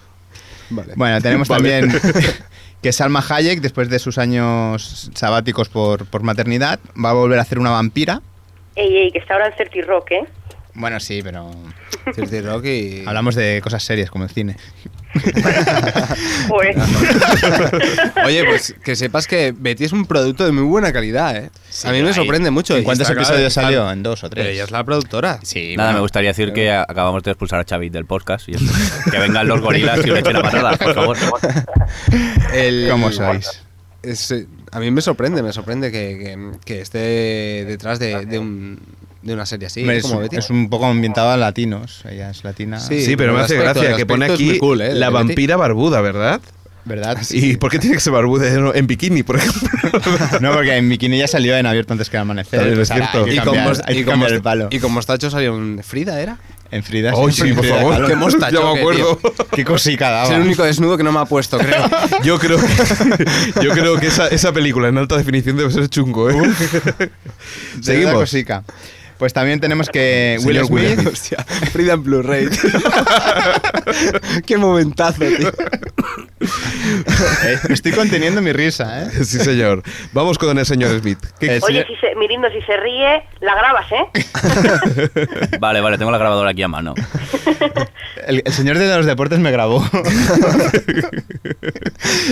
Speaker 4: Vale.
Speaker 3: Bueno, tenemos también que Salma Hayek, después de sus años sabáticos por, por maternidad, va a volver a hacer una vampira.
Speaker 5: Ey, ey, que está ahora en Certi Rock, ¿eh?
Speaker 3: Bueno, sí, pero
Speaker 4: Dirty Rock y...
Speaker 3: hablamos de cosas serias como el cine.
Speaker 5: Joder.
Speaker 6: Ah,
Speaker 4: Oye, pues que sepas que Betty es un producto de muy buena calidad, ¿eh? a mí me
Speaker 3: ahí.
Speaker 4: sorprende mucho.
Speaker 3: ¿En
Speaker 4: Y
Speaker 3: cuántos
Speaker 4: está claro
Speaker 3: episodios
Speaker 4: que
Speaker 3: salió?
Speaker 4: está-
Speaker 3: ¿En dos o tres?
Speaker 4: Pero ella es la productora.
Speaker 3: Sí,
Speaker 6: Nada,
Speaker 3: bueno.
Speaker 6: me gustaría decir que a- acabamos de expulsar a Xavi del podcast y eso. que vengan los gorilas y le echen a patadas, por favor.
Speaker 4: El-
Speaker 3: ¿Cómo sois?
Speaker 4: es, eh, a mí me sorprende, me sorprende que, que- que esté detrás de, de un- de una serie así, ¿eh?
Speaker 3: Hombre, es,
Speaker 4: como
Speaker 3: un-
Speaker 4: Betty.
Speaker 3: es un poco ambientado a latinos. Ella es latina.
Speaker 2: Sí,
Speaker 4: Sí,
Speaker 2: pero me
Speaker 4: el
Speaker 2: hace
Speaker 4: aspecto-
Speaker 2: gracia
Speaker 4: el
Speaker 2: que pone
Speaker 4: aspecto es
Speaker 2: aquí
Speaker 4: muy cool, ¿eh?
Speaker 2: la
Speaker 4: de Betty.
Speaker 2: vampira barbuda, ¿verdad?
Speaker 3: ¿Verdad?
Speaker 2: ¿Y por qué tiene que ser barbuda en- en bikini, por ejemplo?
Speaker 3: No, porque en bikini ya salió en abierto antes que el amanecer.
Speaker 2: También es
Speaker 3: Pues ahora
Speaker 2: cierto.
Speaker 3: Hay que
Speaker 4: Y con,
Speaker 3: cambiar,
Speaker 4: mos-
Speaker 3: hay que
Speaker 4: y con
Speaker 3: cambiar
Speaker 4: mos-
Speaker 3: el palo.
Speaker 4: y con mostacho salió un Frida, ¿era?
Speaker 3: En Frida.
Speaker 2: Ay,
Speaker 3: siempre
Speaker 2: sí,
Speaker 3: en
Speaker 2: por
Speaker 3: Frida
Speaker 2: favor.
Speaker 3: Kahlo.
Speaker 4: Qué mostacho
Speaker 2: Ya me
Speaker 4: que
Speaker 2: acuerdo.
Speaker 3: Qué cosica daba.
Speaker 4: Es el único desnudo que no me ha puesto, creo.
Speaker 2: Yo creo que, yo creo que esa, esa película en alta definición debe ser chungo, ¿eh?
Speaker 3: De
Speaker 2: Seguimos.
Speaker 3: verdad cosica. Pues también tenemos que Will
Speaker 2: Señor
Speaker 3: Smith.
Speaker 2: Will
Speaker 4: Hostia, Frida en Blu-ray. tío. Qué momentazo, tío.
Speaker 3: Eh, me estoy conteniendo mi risa, ¿eh?
Speaker 2: Sí, señor. Vamos con el señor Smith.
Speaker 3: Que- El
Speaker 5: Oye,
Speaker 3: señor-
Speaker 5: si se, Mirindo, si se ríe, la grabas, ¿eh?
Speaker 6: Vale, vale, tengo la grabadora aquí a mano.
Speaker 3: el- el señor de los deportes me grabó.
Speaker 2: Venga,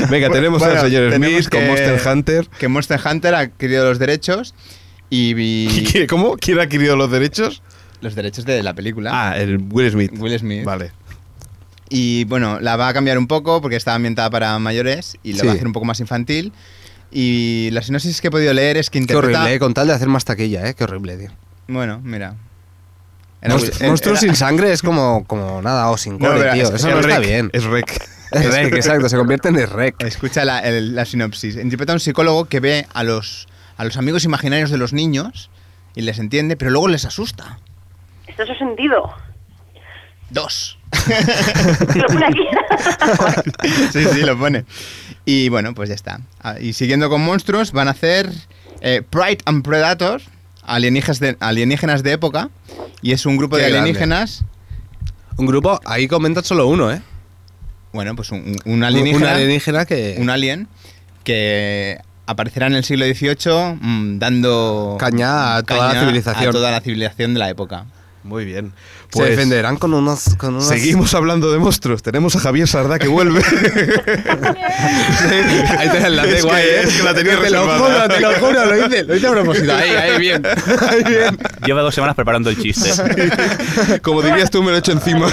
Speaker 3: Bueno,
Speaker 2: tenemos
Speaker 3: bueno,
Speaker 2: al señor
Speaker 3: tenemos
Speaker 2: Smith con
Speaker 3: que-
Speaker 2: Monster Hunter.
Speaker 3: Que Monster Hunter ha adquirido los derechos y...
Speaker 2: ¿Y
Speaker 3: vi-
Speaker 2: qué- ¿Cómo? ¿Quién ha adquirido los derechos?
Speaker 3: los derechos de la película.
Speaker 2: Ah, el Will Smith.
Speaker 3: Will Smith.
Speaker 2: Vale.
Speaker 3: Y bueno, la va a cambiar un poco porque está ambientada para mayores y la
Speaker 2: Sí.
Speaker 3: va a hacer un poco más infantil. Y la sinopsis que he podido leer es que
Speaker 4: Qué
Speaker 3: interpreta...
Speaker 4: horrible, eh, con tal de hacer más taquilla, eh, qué horrible, tío.
Speaker 3: Bueno, mira.
Speaker 4: Monst- Monstruos sin sangre es como, como nada, o sin
Speaker 3: No,
Speaker 4: core,
Speaker 3: pero
Speaker 4: tío.
Speaker 3: es-
Speaker 4: Eso
Speaker 2: Es
Speaker 4: no está
Speaker 2: rec,
Speaker 4: bien.
Speaker 2: Es rec.
Speaker 4: Es rec, exacto, se convierte en el rec.
Speaker 3: Escucha la, el- la sinopsis. Interpreta a un psicólogo que ve a los, a los amigos imaginarios de los niños y les entiende, pero luego les asusta.
Speaker 5: Esto es sentido.
Speaker 3: Dos.
Speaker 5: Lo pone aquí.
Speaker 3: sí, sí, lo pone. Y bueno, pues ya está. Ah, Y siguiendo con monstruos, van a hacer eh, Pride and Predator, alienígenas de, alienígenas de época. Y es un grupo
Speaker 4: Qué
Speaker 3: de
Speaker 4: grande.
Speaker 3: alienígenas.
Speaker 4: Un grupo, ahí comentan solo uno, eh.
Speaker 3: Bueno, pues un, un- un
Speaker 4: Un
Speaker 3: alienígena.
Speaker 4: alienígena que.
Speaker 3: un alien que aparecerá en el siglo XVIII mm, dando
Speaker 4: Caña a toda la civilización.
Speaker 3: a toda la civilización de la época.
Speaker 2: Muy bien. Pues
Speaker 4: se defenderán con unos. Con unos
Speaker 2: Seguimos hablando de monstruos. Tenemos a Javier Sardá que vuelve.
Speaker 4: Ahí te la
Speaker 2: Es que-
Speaker 4: guay, eh.
Speaker 2: es que la tenía
Speaker 4: te lo
Speaker 2: reservada.
Speaker 4: juro, te lo juro, lo hice, lo hice a propósito. Ahí, ahí, bien. Ahí, bien.
Speaker 6: Llevo dos semanas preparando el chiste.
Speaker 2: Como dirías tú, me lo echo encima.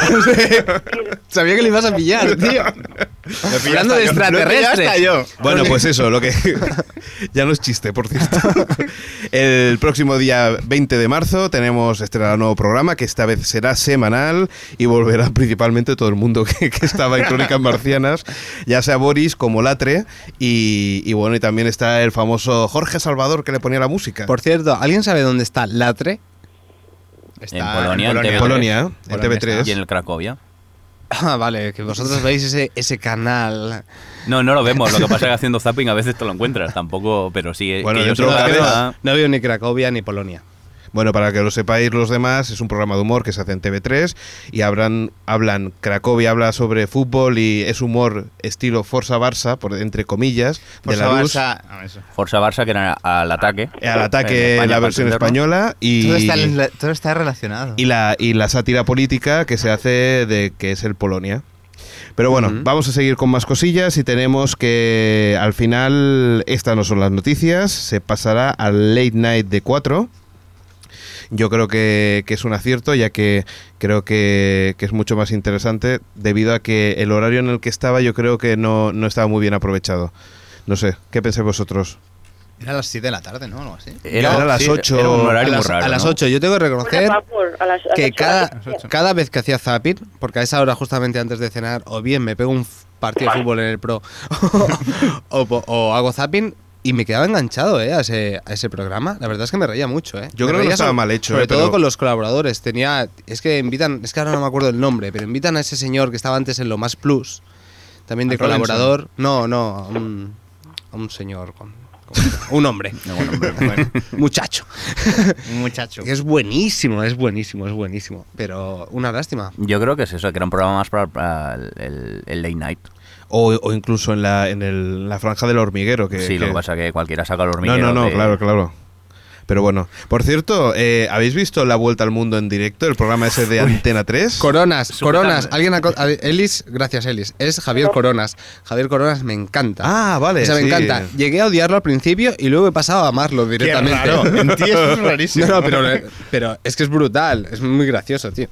Speaker 4: Sabía que le ibas a pillar, tío. Hablando de
Speaker 3: Lo he pillado hasta
Speaker 4: extraterrestres.
Speaker 3: yo.
Speaker 2: Bueno, pues eso, lo que. ya no es chiste, por cierto. El próximo día 20 de marzo tenemos este nuevo programa que esta vez será semanal y volverá principalmente todo el mundo que, que estaba en Crónicas Marcianas, ya sea Boris como Latre y, y bueno, y también está el famoso Jorge Salvador que le ponía la música.
Speaker 4: Por cierto, ¿alguien sabe dónde está Latre?
Speaker 3: Está
Speaker 6: En Polonia, en
Speaker 2: en Polonia, en
Speaker 6: Y en
Speaker 2: TV3.
Speaker 6: el Cracovia.
Speaker 4: Ah, vale, que vosotros veis ese, ese canal.
Speaker 6: No, no lo vemos. Lo que pasa es que haciendo zapping a veces te lo encuentras tampoco, pero sí. eh,
Speaker 2: Bueno,
Speaker 6: que yo
Speaker 2: dentro
Speaker 6: sepa
Speaker 2: de
Speaker 6: que
Speaker 2: una vez-
Speaker 6: va-
Speaker 4: No veo ni Cracovia ni Polonia.
Speaker 2: Bueno, para que lo sepáis los demás, es un programa de humor que se hace en TV3 y hablan, hablan Cracovia habla sobre fútbol y es humor estilo Forza Barça, por, entre comillas, de la luz.
Speaker 3: Ah,
Speaker 6: Forza Barça, que era al ataque.
Speaker 2: al
Speaker 6: En
Speaker 2: ataque
Speaker 6: España,
Speaker 2: en la
Speaker 6: para
Speaker 2: versión
Speaker 6: entenderlo.
Speaker 2: española y,
Speaker 3: todo, está, en la- todo está relacionado.
Speaker 2: y la, y la sátira política que se hace de que es el Polonia. Pero bueno, vamos a seguir con más cosillas y tenemos que al final estas no son las noticias, se pasará al late night de 4. Yo creo que, que es un acierto, ya que creo que, que es mucho más interesante debido a que el horario en el que estaba yo creo que no, no estaba muy bien aprovechado. No sé, ¿qué pensáis vosotros?
Speaker 3: Era a las 7 de la tarde, ¿no? Algo así.
Speaker 2: Era a las
Speaker 6: sí,
Speaker 2: ocho-
Speaker 6: Era un
Speaker 4: A
Speaker 6: horario
Speaker 4: las,
Speaker 6: muy raro.
Speaker 4: a las
Speaker 6: ¿no?
Speaker 4: 8, yo tengo que reconocer
Speaker 5: Por favor, a las- a las
Speaker 4: que
Speaker 5: ocho,
Speaker 4: cada,
Speaker 5: a las ocho.
Speaker 4: cada vez que hacía zapping, porque a esa hora justamente antes de cenar, o bien me pego un f- partido de fútbol en el pro, o, po- o hago zapping, y me quedaba enganchado eh, a, ese, a ese programa. La verdad es que me reía mucho. Eh.
Speaker 2: Yo creo
Speaker 4: Me
Speaker 2: que no
Speaker 4: reía
Speaker 2: estaba
Speaker 4: sobre-
Speaker 2: mal hecho,
Speaker 4: Sobre
Speaker 2: eh,
Speaker 4: todo
Speaker 2: pero-
Speaker 4: con los colaboradores. Tenía, es que invitan, es que ahora no me acuerdo el nombre, pero invitan a ese señor que estaba antes en Lo Más Plus, también de
Speaker 3: ¿A Robinson?
Speaker 4: colaborador. No, no, a un, a un señor, con- con- un hombre,
Speaker 3: Bueno,
Speaker 4: muchacho.
Speaker 3: un muchacho.
Speaker 4: Que es buenísimo, es buenísimo, es buenísimo. Pero una lástima.
Speaker 3: Pues,
Speaker 6: Yo creo que es eso, que era un programa más para, para el, el late night.
Speaker 2: O, o incluso en la, en el- la franja del hormiguero. Que,
Speaker 6: sí, lo
Speaker 2: que-
Speaker 6: que pasa es que cualquiera saca el
Speaker 2: No,
Speaker 6: hormiguero.
Speaker 2: no, no,
Speaker 6: de-
Speaker 2: claro, claro. Pero bueno, por cierto, eh, ¿habéis visto La Vuelta al Mundo en directo? El programa ese de Antena 3.
Speaker 4: Coronas,
Speaker 6: Sujetadme.
Speaker 4: Coronas. Alguien ha co- a- Elis, gracias Elis. Es Javier Coronas. Javier Coronas me encanta.
Speaker 2: Ah, vale,
Speaker 4: O sea, me
Speaker 2: sí.
Speaker 4: encanta. Llegué a odiarlo al principio y luego he pasado a amarlo directamente.
Speaker 3: raro. En ti eso es rarísimo.
Speaker 4: No, no, pero, pero es que es brutal. Es muy gracioso, tío.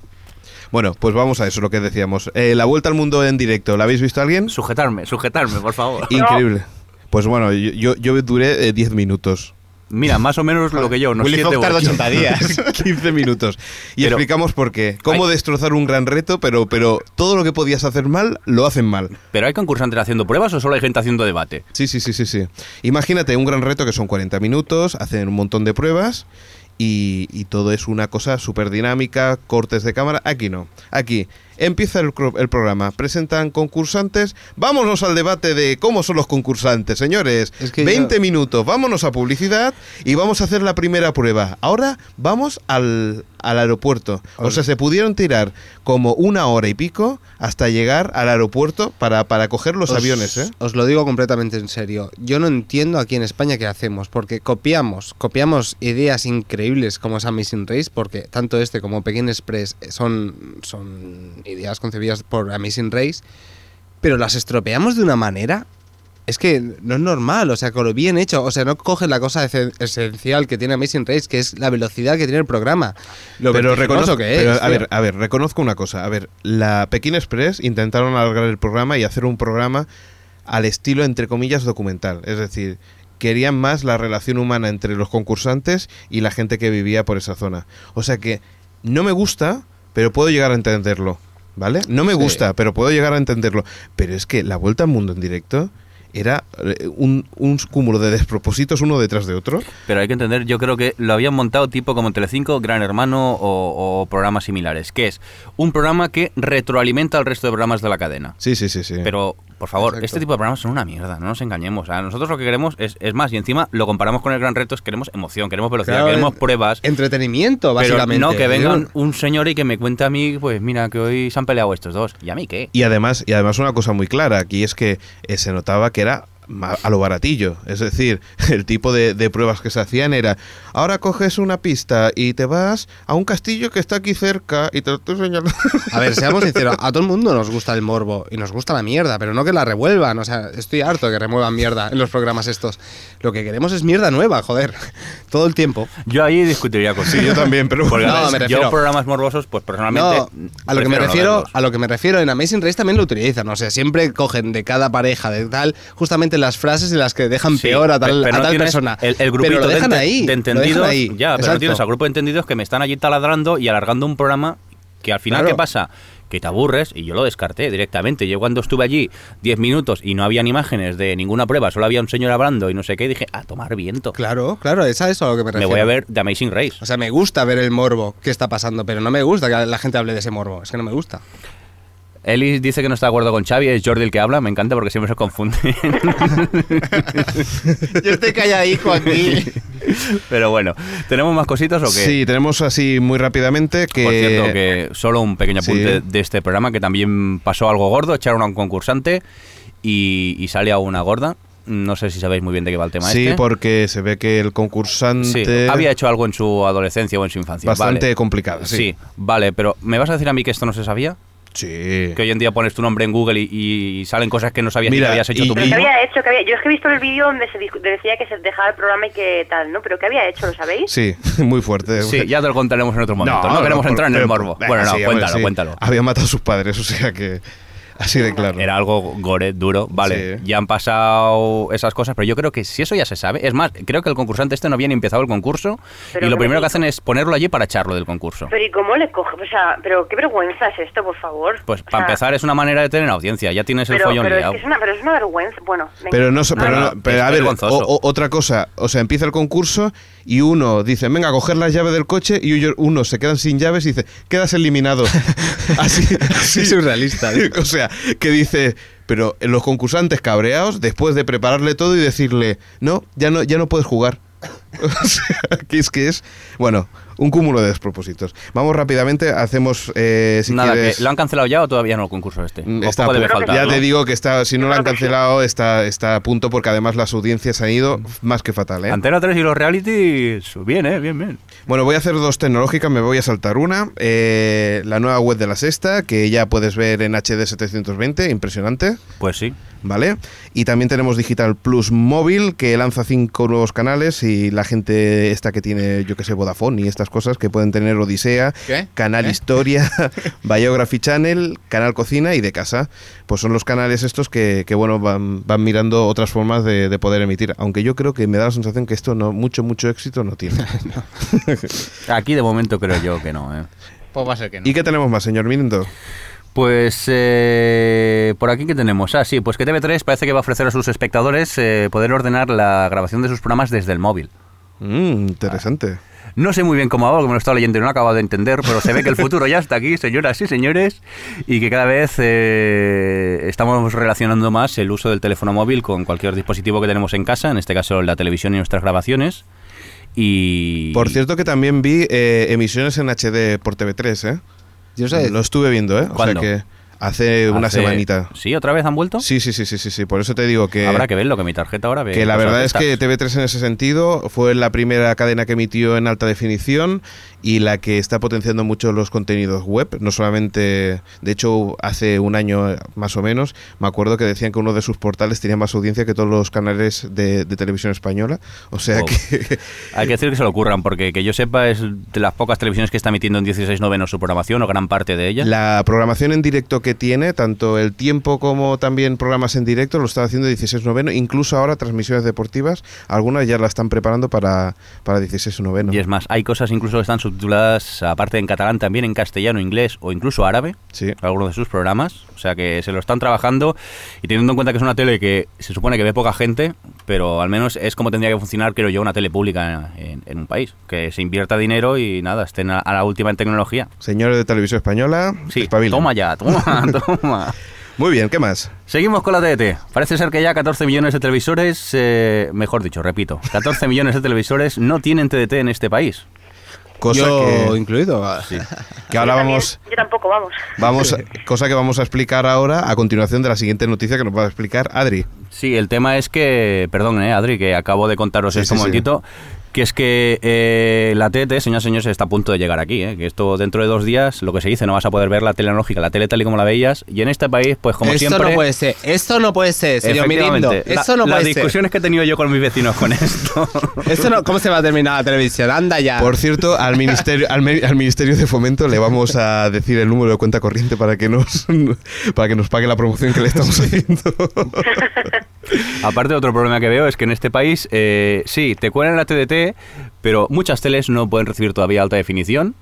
Speaker 2: Bueno, pues vamos a eso, lo que decíamos. Eh, la Vuelta al Mundo en directo, ¿la habéis visto alguien?
Speaker 6: Sujetarme, sujetarme, por favor.
Speaker 2: Increíble. Pues bueno, yo, yo, yo duré eh, 10 minutos.
Speaker 6: Mira, más o menos lo que yo, unos
Speaker 3: Willy
Speaker 6: siete
Speaker 3: Fox
Speaker 6: u
Speaker 3: tardó
Speaker 6: ocho.
Speaker 3: 80 días.
Speaker 2: 15 minutos. Y
Speaker 6: Pero-
Speaker 2: explicamos por qué. Cómo
Speaker 6: Ay.
Speaker 2: destrozar un gran reto, pero, pero todo lo que podías hacer mal, lo hacen mal.
Speaker 6: ¿Pero hay concursantes haciendo pruebas o solo hay gente haciendo debate?
Speaker 2: Sí, sí, sí, sí, sí. Imagínate un gran reto que son 40 minutos, hacen un montón de pruebas y, y todo es una cosa súper dinámica, cortes de cámara. Aquí no. Aquí Empieza el, cro- el programa, presentan concursantes. Vámonos al debate de cómo son los concursantes, señores.
Speaker 4: Es que
Speaker 2: 20
Speaker 4: yo-
Speaker 2: minutos, vámonos a publicidad y vamos a hacer la primera prueba. Ahora vamos al, al aeropuerto. O sea, se pudieron tirar como una hora y pico hasta llegar al aeropuerto para, para coger los
Speaker 4: Os-
Speaker 2: aviones, ¿eh?
Speaker 4: Os lo digo completamente en serio. Yo no entiendo aquí en España qué hacemos, porque copiamos, copiamos ideas increíbles como esa Amazing Race, porque tanto este como Pekín Express son, son ideas concebidas por Amazing Race, pero las estropeamos de una manera. Es que no es normal, o sea, con lo bien hecho, o sea, no coge la cosa esen- esencial que tiene Amazing Race, que es la velocidad que tiene el programa. Lo
Speaker 2: pero reconozco
Speaker 4: vertiginoso que es.
Speaker 2: a
Speaker 4: tío.
Speaker 2: ver, a ver, reconozco una cosa. A ver, la Pekín Express intentaron alargar el programa y hacer un programa al estilo, entre comillas, documental. Es decir, querían más la relación humana entre los concursantes y la gente que vivía por esa zona. O sea que no me gusta, pero puedo llegar a entenderlo. ¿Vale? No me
Speaker 4: Sí.
Speaker 2: gusta, pero puedo llegar a entenderlo. Pero es que la vuelta al mundo en directo era eh, un, un cúmulo de despropósitos uno detrás de otro.
Speaker 6: Pero hay que entender, yo creo que lo habían montado tipo como en Telecinco, Gran Hermano o, o programas similares, que es un programa que retroalimenta al resto de programas de la cadena.
Speaker 2: Sí, sí, sí, sí.
Speaker 6: Pero, por favor,
Speaker 4: Exacto.
Speaker 6: este tipo de programas son una mierda, no nos engañemos. A nosotros lo que queremos es, es más, y encima lo comparamos con el gran reto, es queremos emoción, queremos velocidad,
Speaker 4: Claro,
Speaker 6: queremos
Speaker 4: en-
Speaker 6: pruebas.
Speaker 4: Entretenimiento,
Speaker 6: Pero
Speaker 4: básicamente. ¿eh?
Speaker 6: no que venga un,
Speaker 4: vengan
Speaker 6: un señor y que me cuente a mí, pues mira, que hoy se han peleado estos dos. ¿Y a mí qué?
Speaker 2: Y además, y además una cosa muy clara aquí es que eh, se notaba que era ma- a lo baratillo, es decir, el tipo de, de pruebas que se hacían era ahora coges una pista y te vas a un castillo que está aquí cerca y te lo estoy señalando.
Speaker 4: A ver, seamos sinceros, a todo el mundo nos gusta el morbo y nos gusta la mierda, pero no que la revuelvan. O sea, estoy harto de que remuevan mierda en los programas estos. Lo que queremos es mierda nueva, joder. Todo el tiempo.
Speaker 6: Yo ahí discutiría con
Speaker 2: Sí, yo también, pero
Speaker 6: Porque,
Speaker 4: No,
Speaker 6: a ver,
Speaker 4: me refiero-
Speaker 6: yo programas morbosos, pues personalmente.
Speaker 4: No, a lo que me
Speaker 6: no
Speaker 4: refiero,
Speaker 6: verlos.
Speaker 4: a lo que me refiero en Amazing Race también lo utilizan. O sea, siempre cogen de cada pareja de tal, justamente las frases en las que dejan
Speaker 6: Sí,
Speaker 4: peor a tal,
Speaker 6: pe- pero
Speaker 4: a
Speaker 6: no
Speaker 4: tal
Speaker 6: tienes
Speaker 4: persona.
Speaker 6: El, el grupito
Speaker 4: pero lo dejan
Speaker 6: de, ente-
Speaker 4: ahí.
Speaker 6: de
Speaker 4: lo dejan
Speaker 6: entendidos.
Speaker 4: ahí.
Speaker 6: Ya, pero no
Speaker 4: Exacto.
Speaker 6: tienes al grupo de entendidos que me están allí taladrando y alargando un programa que al final,
Speaker 4: Claro.
Speaker 6: ¿qué pasa? Que te aburres y yo lo descarté directamente. Yo cuando estuve allí 10 minutos y no habían imágenes de ninguna prueba, solo había un señor hablando y no sé qué, dije, a tomar viento.
Speaker 4: Claro, claro, es a eso a lo que me
Speaker 6: me
Speaker 4: refiero.
Speaker 6: voy a ver The Amazing Race.
Speaker 4: O sea, me gusta ver el morbo que está pasando, pero no me gusta que la gente hable de ese morbo. Es que no me gusta.
Speaker 6: Elis dice que no está de acuerdo con Xavi, es Jordi el que habla, me encanta porque siempre se confunde.
Speaker 3: Yo estoy calladico aquí.
Speaker 6: Pero bueno, ¿tenemos más cositas o qué? Ah,
Speaker 2: Sí, tenemos así muy rápidamente que...
Speaker 6: Por cierto, que solo un pequeño apunte
Speaker 2: Sí.
Speaker 6: de este programa, que también pasó algo gordo, echaron a un concursante y, y sale a una gorda. No sé si sabéis muy bien de qué va el tema
Speaker 2: sí,
Speaker 6: este.
Speaker 2: porque se ve que el
Speaker 6: Sí,
Speaker 2: concursante...
Speaker 6: había hecho algo en su adolescencia o en su infancia.
Speaker 2: Bastante
Speaker 6: vale.
Speaker 2: complicado, sí.
Speaker 6: Sí, vale, pero ¿me vas a decir a mí que esto no se sabía?
Speaker 2: Sí.
Speaker 6: Que hoy en día pones tu nombre en Google y, y salen cosas que no sabías
Speaker 2: Mira,
Speaker 6: que habías hecho
Speaker 2: y-
Speaker 6: tú
Speaker 5: Pero
Speaker 2: y-
Speaker 5: que
Speaker 6: mismo.
Speaker 5: había hecho, que había... yo es que he visto el vídeo donde se dijo- decía que se dejaba el programa y que tal, ¿no? Pero ¿qué había hecho? ¿Lo sabéis?
Speaker 2: Sí, muy fuerte.
Speaker 6: Sí, ya te lo contaremos en otro momento. No, queremos
Speaker 2: por-
Speaker 6: entrar en el
Speaker 2: pero-
Speaker 6: morbo.
Speaker 2: venga,
Speaker 6: bueno, no,
Speaker 2: sí, a ver,
Speaker 6: cuéntalo,
Speaker 2: sí.
Speaker 6: cuéntalo.
Speaker 2: Había matado a sus padres, o sea que... Así de claro.
Speaker 6: Era algo gore, duro, vale.
Speaker 2: Sí.
Speaker 6: Ya han pasado esas cosas, pero yo creo que si eso ya se sabe. Es más, creo que el concursante este no había ni empezado el concurso
Speaker 5: Pero
Speaker 6: y lo
Speaker 5: no
Speaker 6: primero
Speaker 5: lo
Speaker 6: que
Speaker 5: hizo.
Speaker 6: hacen es ponerlo allí para echarlo del concurso.
Speaker 5: Pero ¿y cómo le coge? O sea, pero qué vergüenza es esto, por favor.
Speaker 6: Pues
Speaker 5: O
Speaker 6: para
Speaker 5: sea,
Speaker 6: empezar es una manera de tener audiencia, ya tienes el
Speaker 5: pero,
Speaker 6: follón
Speaker 5: pero es
Speaker 6: liado.
Speaker 5: que es una, pero es una vergüenza. Bueno, venga.
Speaker 2: Pero no, so-
Speaker 5: Ah,
Speaker 2: pero,
Speaker 6: no,
Speaker 2: no- pero
Speaker 6: es
Speaker 2: a ver,
Speaker 6: vergonzoso.
Speaker 2: o- o- otra cosa, o sea, empieza el concurso y uno dice, venga, a coger las llaves del coche y uno- uno se quedan sin llaves y dice, quedas eliminado. así, así.
Speaker 4: Es surrealista.
Speaker 6: ¿eh?
Speaker 4: tío.
Speaker 2: o sea, que dice, pero los concursantes cabreados, después de prepararle todo y decirle, no, ya no, ya no puedes jugar. o sea, que es que es, bueno, un cúmulo de despropósitos. Vamos rápidamente, hacemos, eh, si
Speaker 6: Nada,
Speaker 2: quieres-
Speaker 6: que lo han cancelado ya o todavía no el concurso este.
Speaker 2: Mm,
Speaker 6: O
Speaker 2: está
Speaker 6: poco
Speaker 2: a
Speaker 6: debe
Speaker 2: punto.
Speaker 6: faltar,
Speaker 2: ya
Speaker 6: ¿no?
Speaker 2: te digo que está, si no lo han
Speaker 5: Creo que sí.
Speaker 2: cancelado, está, está a punto porque además las audiencias han ido más que fatal. ¿eh?
Speaker 6: Antena 3 y los reality, bien, eh, bien, bien.
Speaker 2: Bueno, voy a hacer dos tecnológicas, me voy a saltar una. Eh, la nueva web de la sexta, que ya puedes ver en HD 720, impresionante.
Speaker 6: Pues sí.
Speaker 2: ¿Vale? Y también tenemos Digital Plus Móvil, que lanza cinco nuevos canales y la gente esta que tiene, yo que sé, Vodafone y estas cosas, que pueden tener Odisea,
Speaker 3: ¿Qué?
Speaker 2: Canal
Speaker 3: ¿Eh?
Speaker 2: Historia, Biography Channel, Canal Cocina y De Casa. Pues son los canales estos que, que, bueno, van, van mirando otras formas de, de poder emitir. Aunque yo creo que me da la sensación que esto no mucho, mucho éxito no tiene.
Speaker 6: Aquí de momento creo yo que no, eh.
Speaker 3: Pues va a ser que no.
Speaker 2: ¿Y qué tenemos más, señor Mirindo?
Speaker 6: Pues eh, por aquí que tenemos. Ah, sí, pues que TV3 parece que va a ofrecer a sus espectadores eh, poder ordenar la grabación de sus programas desde el móvil.
Speaker 2: Mm, interesante.
Speaker 6: No sé muy bien cómo hago, porque me lo he estado leyendo y no lo he acabado de entender, pero se ve que el futuro ya está aquí, señoras y señores, y que cada vez eh, estamos relacionando más el uso del teléfono móvil con cualquier dispositivo que tenemos en casa, en este caso la televisión y nuestras grabaciones. Y
Speaker 2: Por cierto que también vi eh, emisiones en HD por TV3, ¿eh?
Speaker 4: Yo sé-
Speaker 2: Lo estuve viendo, ¿eh? O
Speaker 6: ¿Cuándo?
Speaker 2: sea que hace una
Speaker 6: hace-
Speaker 2: semanita.
Speaker 6: ¿Sí? ¿Otra vez han vuelto?
Speaker 2: Sí, sí, sí, sí, sí, sí. Por eso te digo que...
Speaker 6: Habrá que verlo, que mi tarjeta ahora ve
Speaker 2: Que la
Speaker 6: cosas
Speaker 2: verdad
Speaker 6: de
Speaker 2: es que
Speaker 6: estas.
Speaker 2: TV3 en ese sentido fue la primera cadena que emitió en alta definición y la que está potenciando mucho los contenidos web. No solamente, de hecho, hace un año eh, más o menos, me acuerdo que decían que uno de sus portales tenía más audiencia que todos los canales de, de televisión española. O sea
Speaker 6: Wow.
Speaker 2: que.
Speaker 6: Hay que decir que se lo ocurran, porque que yo sepa es de las pocas televisiones que está emitiendo en 16 novenos su programación, o gran parte de ella.
Speaker 2: La programación en directo que tiene, tanto el tiempo como también programas en directo, lo está haciendo 16 noveno. Incluso ahora transmisiones deportivas, algunas ya la están preparando para, para 16 noveno.
Speaker 6: Y es más, hay cosas incluso que están subtituladas, aparte en catalán, también en castellano, inglés o incluso árabe,
Speaker 2: Sí.
Speaker 6: algunos de sus programas. O sea que se lo están trabajando y teniendo en cuenta que es una tele que se supone que ve poca gente, pero al menos es como tendría que funcionar, creo yo, una tele pública en, en un país. Que se invierta dinero y nada, estén a, a la última en tecnología.
Speaker 2: Señores de Televisión Española,
Speaker 6: Sí,
Speaker 2: espabilen.
Speaker 6: toma ya, toma, toma.
Speaker 2: Muy bien, ¿qué más?
Speaker 6: Seguimos con la TDT. Parece ser que ya 14 millones de televisores, eh, mejor dicho, repito, 14 millones de televisores no tienen TDT en este país.
Speaker 2: Cosa
Speaker 4: Yo
Speaker 2: que,
Speaker 4: incluido.
Speaker 2: que ahora
Speaker 5: Yo también-
Speaker 2: vamos,
Speaker 5: Yo tampoco, vamos.
Speaker 2: vamos, cosa que vamos a explicar ahora a continuación de la siguiente noticia que nos va a explicar Adri.
Speaker 6: Sí, el tema es que, perdón, eh, Adri, que acabo de contaros
Speaker 2: Sí,
Speaker 6: esto
Speaker 2: sí,
Speaker 6: un
Speaker 2: sí.
Speaker 6: momentito, que es que eh, la TDT, señoras y señores, está a punto de llegar aquí, eh, que esto dentro de dos días, lo que se dice, no vas a poder ver la tele analógica, la tele tal y como la veías, y en este país, pues como
Speaker 4: Esto
Speaker 6: siempre...
Speaker 4: no puede ser. Esto no puede ser, señor Mirindo.
Speaker 6: efectivamente, la-
Speaker 4: Esto no
Speaker 6: las
Speaker 4: puede ser.
Speaker 6: discusiones que he tenido yo con mis vecinos con esto.
Speaker 4: Esto no, ¿Cómo se va a terminar la televisión? Anda
Speaker 6: Ah.
Speaker 4: ya.
Speaker 2: Por cierto, al ministerio, al, me- al ministerio de Fomento le vamos a decir el número de cuenta corriente para que nos, para que nos pague la promoción que le estamos haciendo.
Speaker 6: Aparte, otro problema que veo es que en este país, eh, sí, te cuelan la TDT, pero muchas teles no pueden recibir todavía alta definición.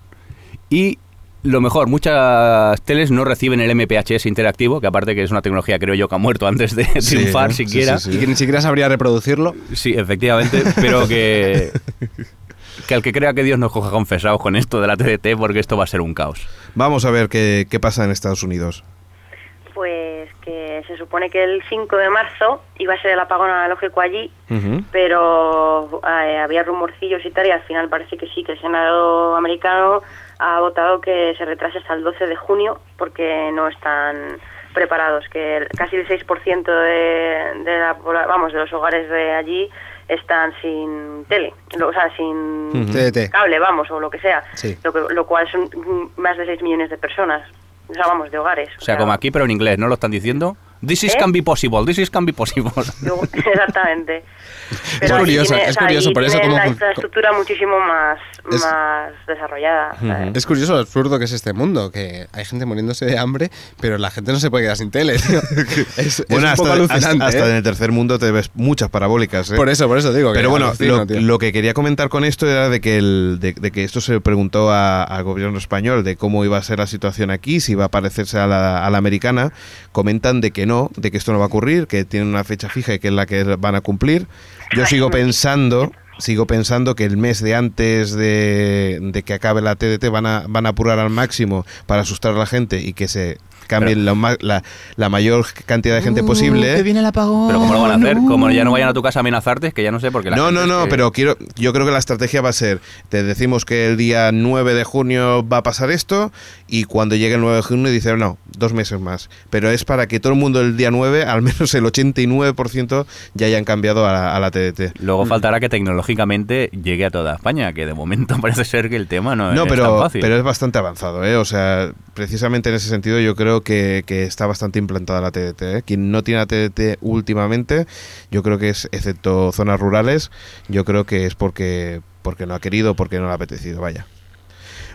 Speaker 6: Y lo mejor, muchas teles no reciben el MPHS interactivo, que aparte que es una tecnología, creo yo, que ha muerto antes de
Speaker 2: Sí,
Speaker 6: triunfar
Speaker 2: sí,
Speaker 6: siquiera.
Speaker 2: sí,
Speaker 6: Sí,
Speaker 2: sí.
Speaker 4: Y que ni siquiera sabría reproducirlo.
Speaker 6: efectivamente, pero que. Que al que crea que Dios nos coja confesados con esto de la TDT, porque esto va a ser un caos.
Speaker 2: Vamos a ver qué, qué pasa en Estados Unidos.
Speaker 5: Pues que se supone que el 5 de marzo iba a ser el apagón analógico allí,
Speaker 2: Ujú.
Speaker 5: pero eh, había rumorcillos y tal, y al final parece que sí, que el Senado americano ha votado que se retrase hasta el 12 de junio porque no están preparados, que el- casi el 6% de, de la pobla- vamos, de los hogares de allí están sin tele, lo- o sea, sin
Speaker 2: Ujú.
Speaker 4: TDT.
Speaker 5: cable, vamos, o lo que sea,
Speaker 4: Sí.
Speaker 5: lo, que- lo cual son mm, más de 6 millones de personas, o sea, vamos, de hogares.
Speaker 6: O sea, como aquí, pero en inglés, ¿no lo están diciendo? This is
Speaker 5: ¿Eh?
Speaker 6: can be possible, this is can be possible.
Speaker 5: Luego- exactamente. Pero allí
Speaker 4: curioso,
Speaker 5: tiene-
Speaker 4: es
Speaker 5: o sea,
Speaker 4: curioso,
Speaker 5: allí
Speaker 4: por eso
Speaker 5: tienen
Speaker 4: cómo
Speaker 5: la
Speaker 4: fun-
Speaker 5: infraestructura muchísimo más,
Speaker 4: Es-
Speaker 5: más desarrollada. ¿sabes?
Speaker 4: Es curioso lo absurdo que es este mundo, que hay gente muriéndose de hambre, pero la gente no se puede quedar sin tele. tío. Es, es
Speaker 2: Bueno,
Speaker 4: un poco
Speaker 2: hasta,
Speaker 4: alucinante.
Speaker 2: hasta- hasta
Speaker 4: ¿eh?
Speaker 2: en el tercer mundo te ves muchas parabólicas. ¿eh?
Speaker 4: Por eso, por eso digo. que
Speaker 2: Pero bueno,
Speaker 4: alucino,
Speaker 2: lo,
Speaker 4: tío.
Speaker 2: lo que quería comentar con esto era de que, el, de, de que esto se preguntó a- al gobierno español de cómo iba a ser la situación aquí, si iba a parecerse a la, a la americana. Comentan de que no, de que esto no va a ocurrir, que tienen una fecha fija y que es la que van a cumplir. Yo sigo pensando, sigo pensando que el mes de antes de, de que acabe la TDT van a, van a apurar al máximo para asustar a la gente y que se cambie la, ma- la- la mayor cantidad de gente posible.
Speaker 6: Pero ¿cómo lo van a hacer? Como ya no vayan a tu casa a amenazarte, es que ya no sé por qué la
Speaker 2: No,
Speaker 6: gente
Speaker 2: no,
Speaker 6: es
Speaker 2: no,
Speaker 6: que-
Speaker 2: pero quiero, yo creo que la estrategia va a ser, te decimos que el día 9 de junio va a pasar esto y cuando llegue el 9 de junio dicen, no, dos meses más. Pero es para que todo el mundo el día 9, al menos el 89% ya hayan cambiado a la, a la TDT.
Speaker 6: Luego faltará que tecnológicamente llegue a toda España, que de momento parece ser que el tema no,
Speaker 2: No,
Speaker 6: es tan
Speaker 2: pero,
Speaker 6: fácil.
Speaker 2: pero es bastante avanzado, ¿eh? O sea, precisamente en ese sentido yo creo que, que está bastante implantada la TDT. ¿eh? Quien no tiene la TDT últimamente, yo creo que es, excepto zonas rurales, yo creo que es porque, porque no ha querido, porque no le ha apetecido, vaya.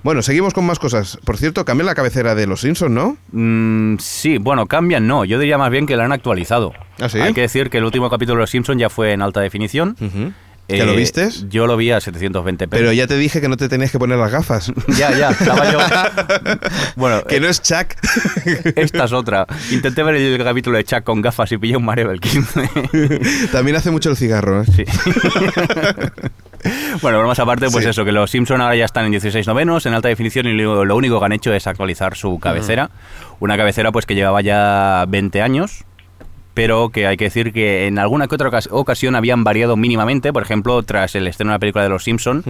Speaker 2: Bueno, seguimos con más cosas. Por cierto, cambian la cabecera de los Simpsons, ¿no?
Speaker 6: Mm, sí, bueno, cambian no, yo diría más bien que la han actualizado.
Speaker 2: ¿Ah, sí?
Speaker 6: Hay que decir que el último capítulo de Los Simpson ya fue en alta definición.
Speaker 2: ¿Que
Speaker 6: Eh,
Speaker 2: lo vistes?
Speaker 6: Yo lo vi a 720p.
Speaker 2: Pero ya te dije que no te tenías que poner las gafas.
Speaker 6: ya, ya, estaba yo... bueno, eh,
Speaker 2: que no es Chuck.
Speaker 6: esta es otra. Intenté ver el capítulo de Chuck con gafas y pillé un mareo del 15.
Speaker 2: También hace mucho el cigarro, ¿eh?
Speaker 6: Sí. Bueno, bromas aparte, pues
Speaker 2: Sí.
Speaker 6: eso, que los Simpson ahora ya están en 16 novenos, en alta definición, y lo, lo único que han hecho es actualizar su cabecera. Una cabecera pues que llevaba ya 20 años, pero que hay que decir que en alguna que otra ocas- ocasión habían variado mínimamente, por ejemplo, tras el estreno de la película de los Simpson,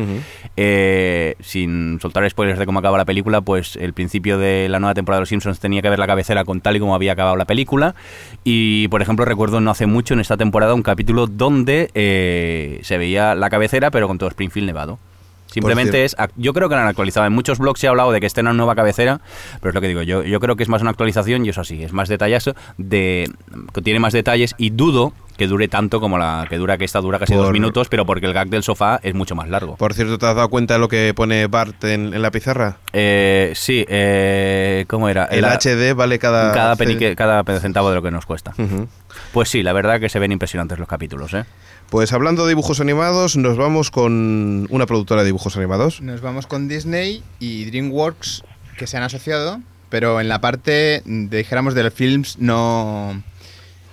Speaker 6: eh, sin soltar spoilers de cómo acaba la película, pues el principio de la nueva temporada de los Simpsons tenía que ver la cabecera con tal y como había acabado la película. Y, por ejemplo, recuerdo no hace mucho en esta temporada un capítulo donde eh, se veía la cabecera, pero con todo Springfield nevado. Simplemente
Speaker 2: cierto.
Speaker 6: es, ac- yo creo que la han actualizado. En muchos blogs se ha hablado de que esté en una nueva cabecera, pero es lo que digo, yo, yo creo que es más una actualización y eso sí, es más detallazo, de, que tiene más detalles y dudo que dure tanto como la que dura, que esta dura casi
Speaker 2: Por-
Speaker 6: dos minutos, pero porque el gag del sofá es mucho más largo.
Speaker 2: Por cierto, ¿te has dado cuenta de lo que pone Bart en, en la pizarra?
Speaker 6: Eh, sí, eh, ¿cómo era?
Speaker 2: El
Speaker 6: La-
Speaker 2: HD vale cada...
Speaker 6: Cada, penique- cada centavo de lo que nos cuesta.
Speaker 2: Ujú.
Speaker 6: Pues sí, la verdad que se ven impresionantes los capítulos, ¿eh?
Speaker 2: Pues hablando de dibujos animados, nos vamos con una productora de dibujos animados.
Speaker 3: Nos vamos con Disney y DreamWorks, que se han asociado, pero en la parte, dijéramos, de los films no,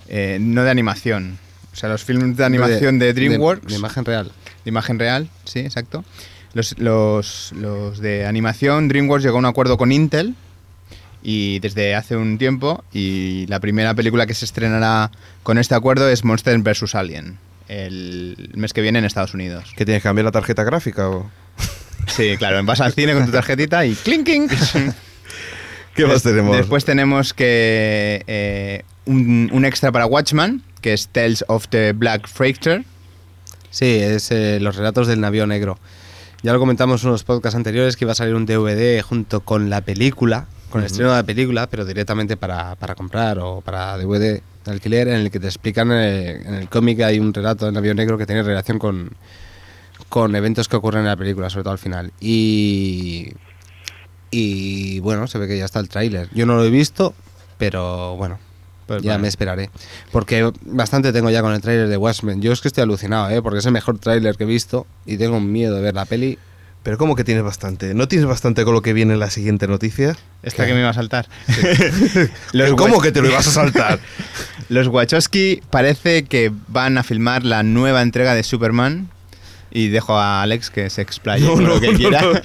Speaker 3: eh, no de animación. O sea, los films de animación de, DreamWorks,
Speaker 4: De,
Speaker 3: de,
Speaker 4: imagen real.
Speaker 3: imagen real, sí, exacto. Los, los, los de animación, DreamWorks llegó a un acuerdo con Intel y desde hace un tiempo y la primera película que se estrenará con este acuerdo es Monster vs. Alien, el mes que viene en Estados Unidos.
Speaker 2: ¿Que tienes que cambiar la tarjeta gráfica o...?
Speaker 3: Sí, claro, vas al cine con tu tarjetita y clinking.
Speaker 2: ¿Qué más tenemos?
Speaker 3: Después tenemos que eh, un, un extra para Watchman, que es Tales of the Black Freighter.
Speaker 4: Sí, es eh, los relatos del navío negro. Ya lo comentamos en unos podcasts anteriores que iba a salir un DVD junto con la película, con el estreno de la película, pero directamente para, para comprar o para DVD de alquiler, en el que te explican eh, en el cómic hay un relato del navío negro que tiene relación con, con eventos que ocurren en la película, sobre todo al final. Y, y bueno, se ve que ya está el tráiler. Yo no lo he visto, pero bueno,
Speaker 3: Pues
Speaker 4: ya
Speaker 3: vale.
Speaker 4: me esperaré. Porque bastante tengo ya con el tráiler de Watchmen. Yo es que estoy alucinado, ¿eh? Porque es el mejor tráiler que he visto y tengo miedo de ver la peli.
Speaker 2: Pero ¿cómo que tienes bastante? ¿No tienes bastante con lo que viene en la siguiente noticia?
Speaker 3: Esta que me iba a saltar.
Speaker 2: ¿Cómo
Speaker 3: Wa-
Speaker 2: que te lo ibas a saltar?
Speaker 3: Los Wachowski parece que van a filmar la nueva entrega de Superman. Y dejo a Alex que se explaye con lo que quiera.
Speaker 2: no, no.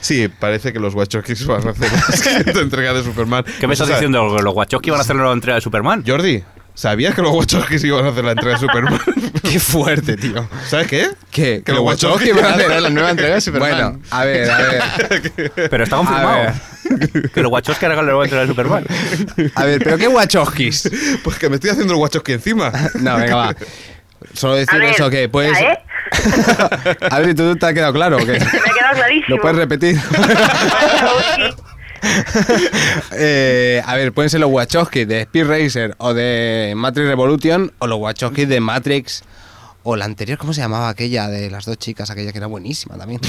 Speaker 2: Sí, parece que los Wachowskis van a hacer la siguiente entrega de Superman.
Speaker 6: ¿Qué me
Speaker 2: Eso
Speaker 6: estás
Speaker 2: sabe-
Speaker 6: diciendo? ¿Los Wachowski van a hacer la entrega de Superman?
Speaker 2: Jordi, ¿sabías que los Wachowskis iban a hacer la entrega de Superman?
Speaker 4: ¡Qué fuerte, tío!
Speaker 2: ¿Sabes qué?
Speaker 4: ¿Qué?
Speaker 2: Que los Wachowski
Speaker 4: van a
Speaker 3: hacer la nueva entrega de Superman.
Speaker 4: Bueno, a ver, a ver.
Speaker 6: Pero está confirmado. Que los Wachowski harán la nueva entrega de Superman.
Speaker 4: A ver, ¿pero qué Wachowskis?
Speaker 2: Pues que me estoy haciendo el Wachowski encima.
Speaker 4: No, venga, va. Solo
Speaker 5: A
Speaker 4: decir
Speaker 5: ver,
Speaker 4: eso, que puedes...
Speaker 5: ¿eh?
Speaker 4: Adri, ¿tú te ha quedado claro o qué?
Speaker 5: Se me ha quedado clarísimo.
Speaker 4: ¿Lo puedes repetir?
Speaker 5: Wachowski.
Speaker 4: Eh, a ver, pueden ser los Wachowski de Speed Racer o de Matrix Revolution o los Wachowski de Matrix o la anterior, ¿cómo se llamaba aquella de las dos chicas? Aquella que era buenísima también.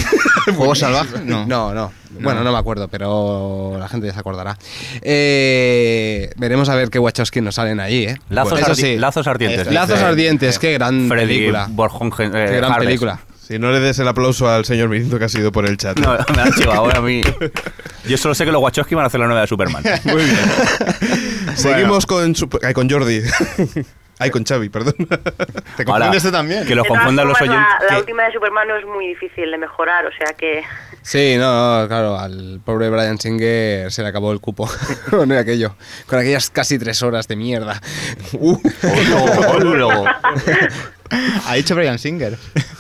Speaker 3: ¿Juego salvaje?
Speaker 4: No,
Speaker 3: No.
Speaker 4: no. Bueno, no me acuerdo, pero la gente ya se acordará. Eh, veremos a ver qué Wachowski nos salen allí, ¿eh?
Speaker 6: Lazos,
Speaker 4: Bueno, eso
Speaker 6: ardi-
Speaker 4: sí.
Speaker 6: lazos ardientes.
Speaker 4: Lazos
Speaker 6: dice
Speaker 4: ardientes, qué gran
Speaker 6: Freddy
Speaker 4: Mm, película.
Speaker 6: Borjongen- eh,
Speaker 4: qué gran
Speaker 6: Harles.
Speaker 4: película.
Speaker 2: Si no le des el aplauso al señor Benito que ha sido por el chat.
Speaker 6: No, me han chivado ahora a mí. Yo solo sé que los Wachowski van a hacer la nueva de Superman.
Speaker 2: Muy bien. Seguimos con, Sup- ay, con Jordi. Ay, con Xavi, perdón.
Speaker 3: ¿Te
Speaker 6: Ahora,
Speaker 3: confundes tú también?
Speaker 6: Que los
Speaker 5: De todas
Speaker 6: confundan los
Speaker 5: formas,
Speaker 6: oyentes.
Speaker 5: La, la
Speaker 6: que-
Speaker 5: última de Superman no es muy difícil de mejorar, o sea que.
Speaker 4: Sí, no, no, claro, al pobre Brian Singer se le acabó el cupo con aquello, con aquellas casi tres horas de mierda. Uh.
Speaker 6: Oh, Olo, olo.
Speaker 3: Ha dicho Brian Singer.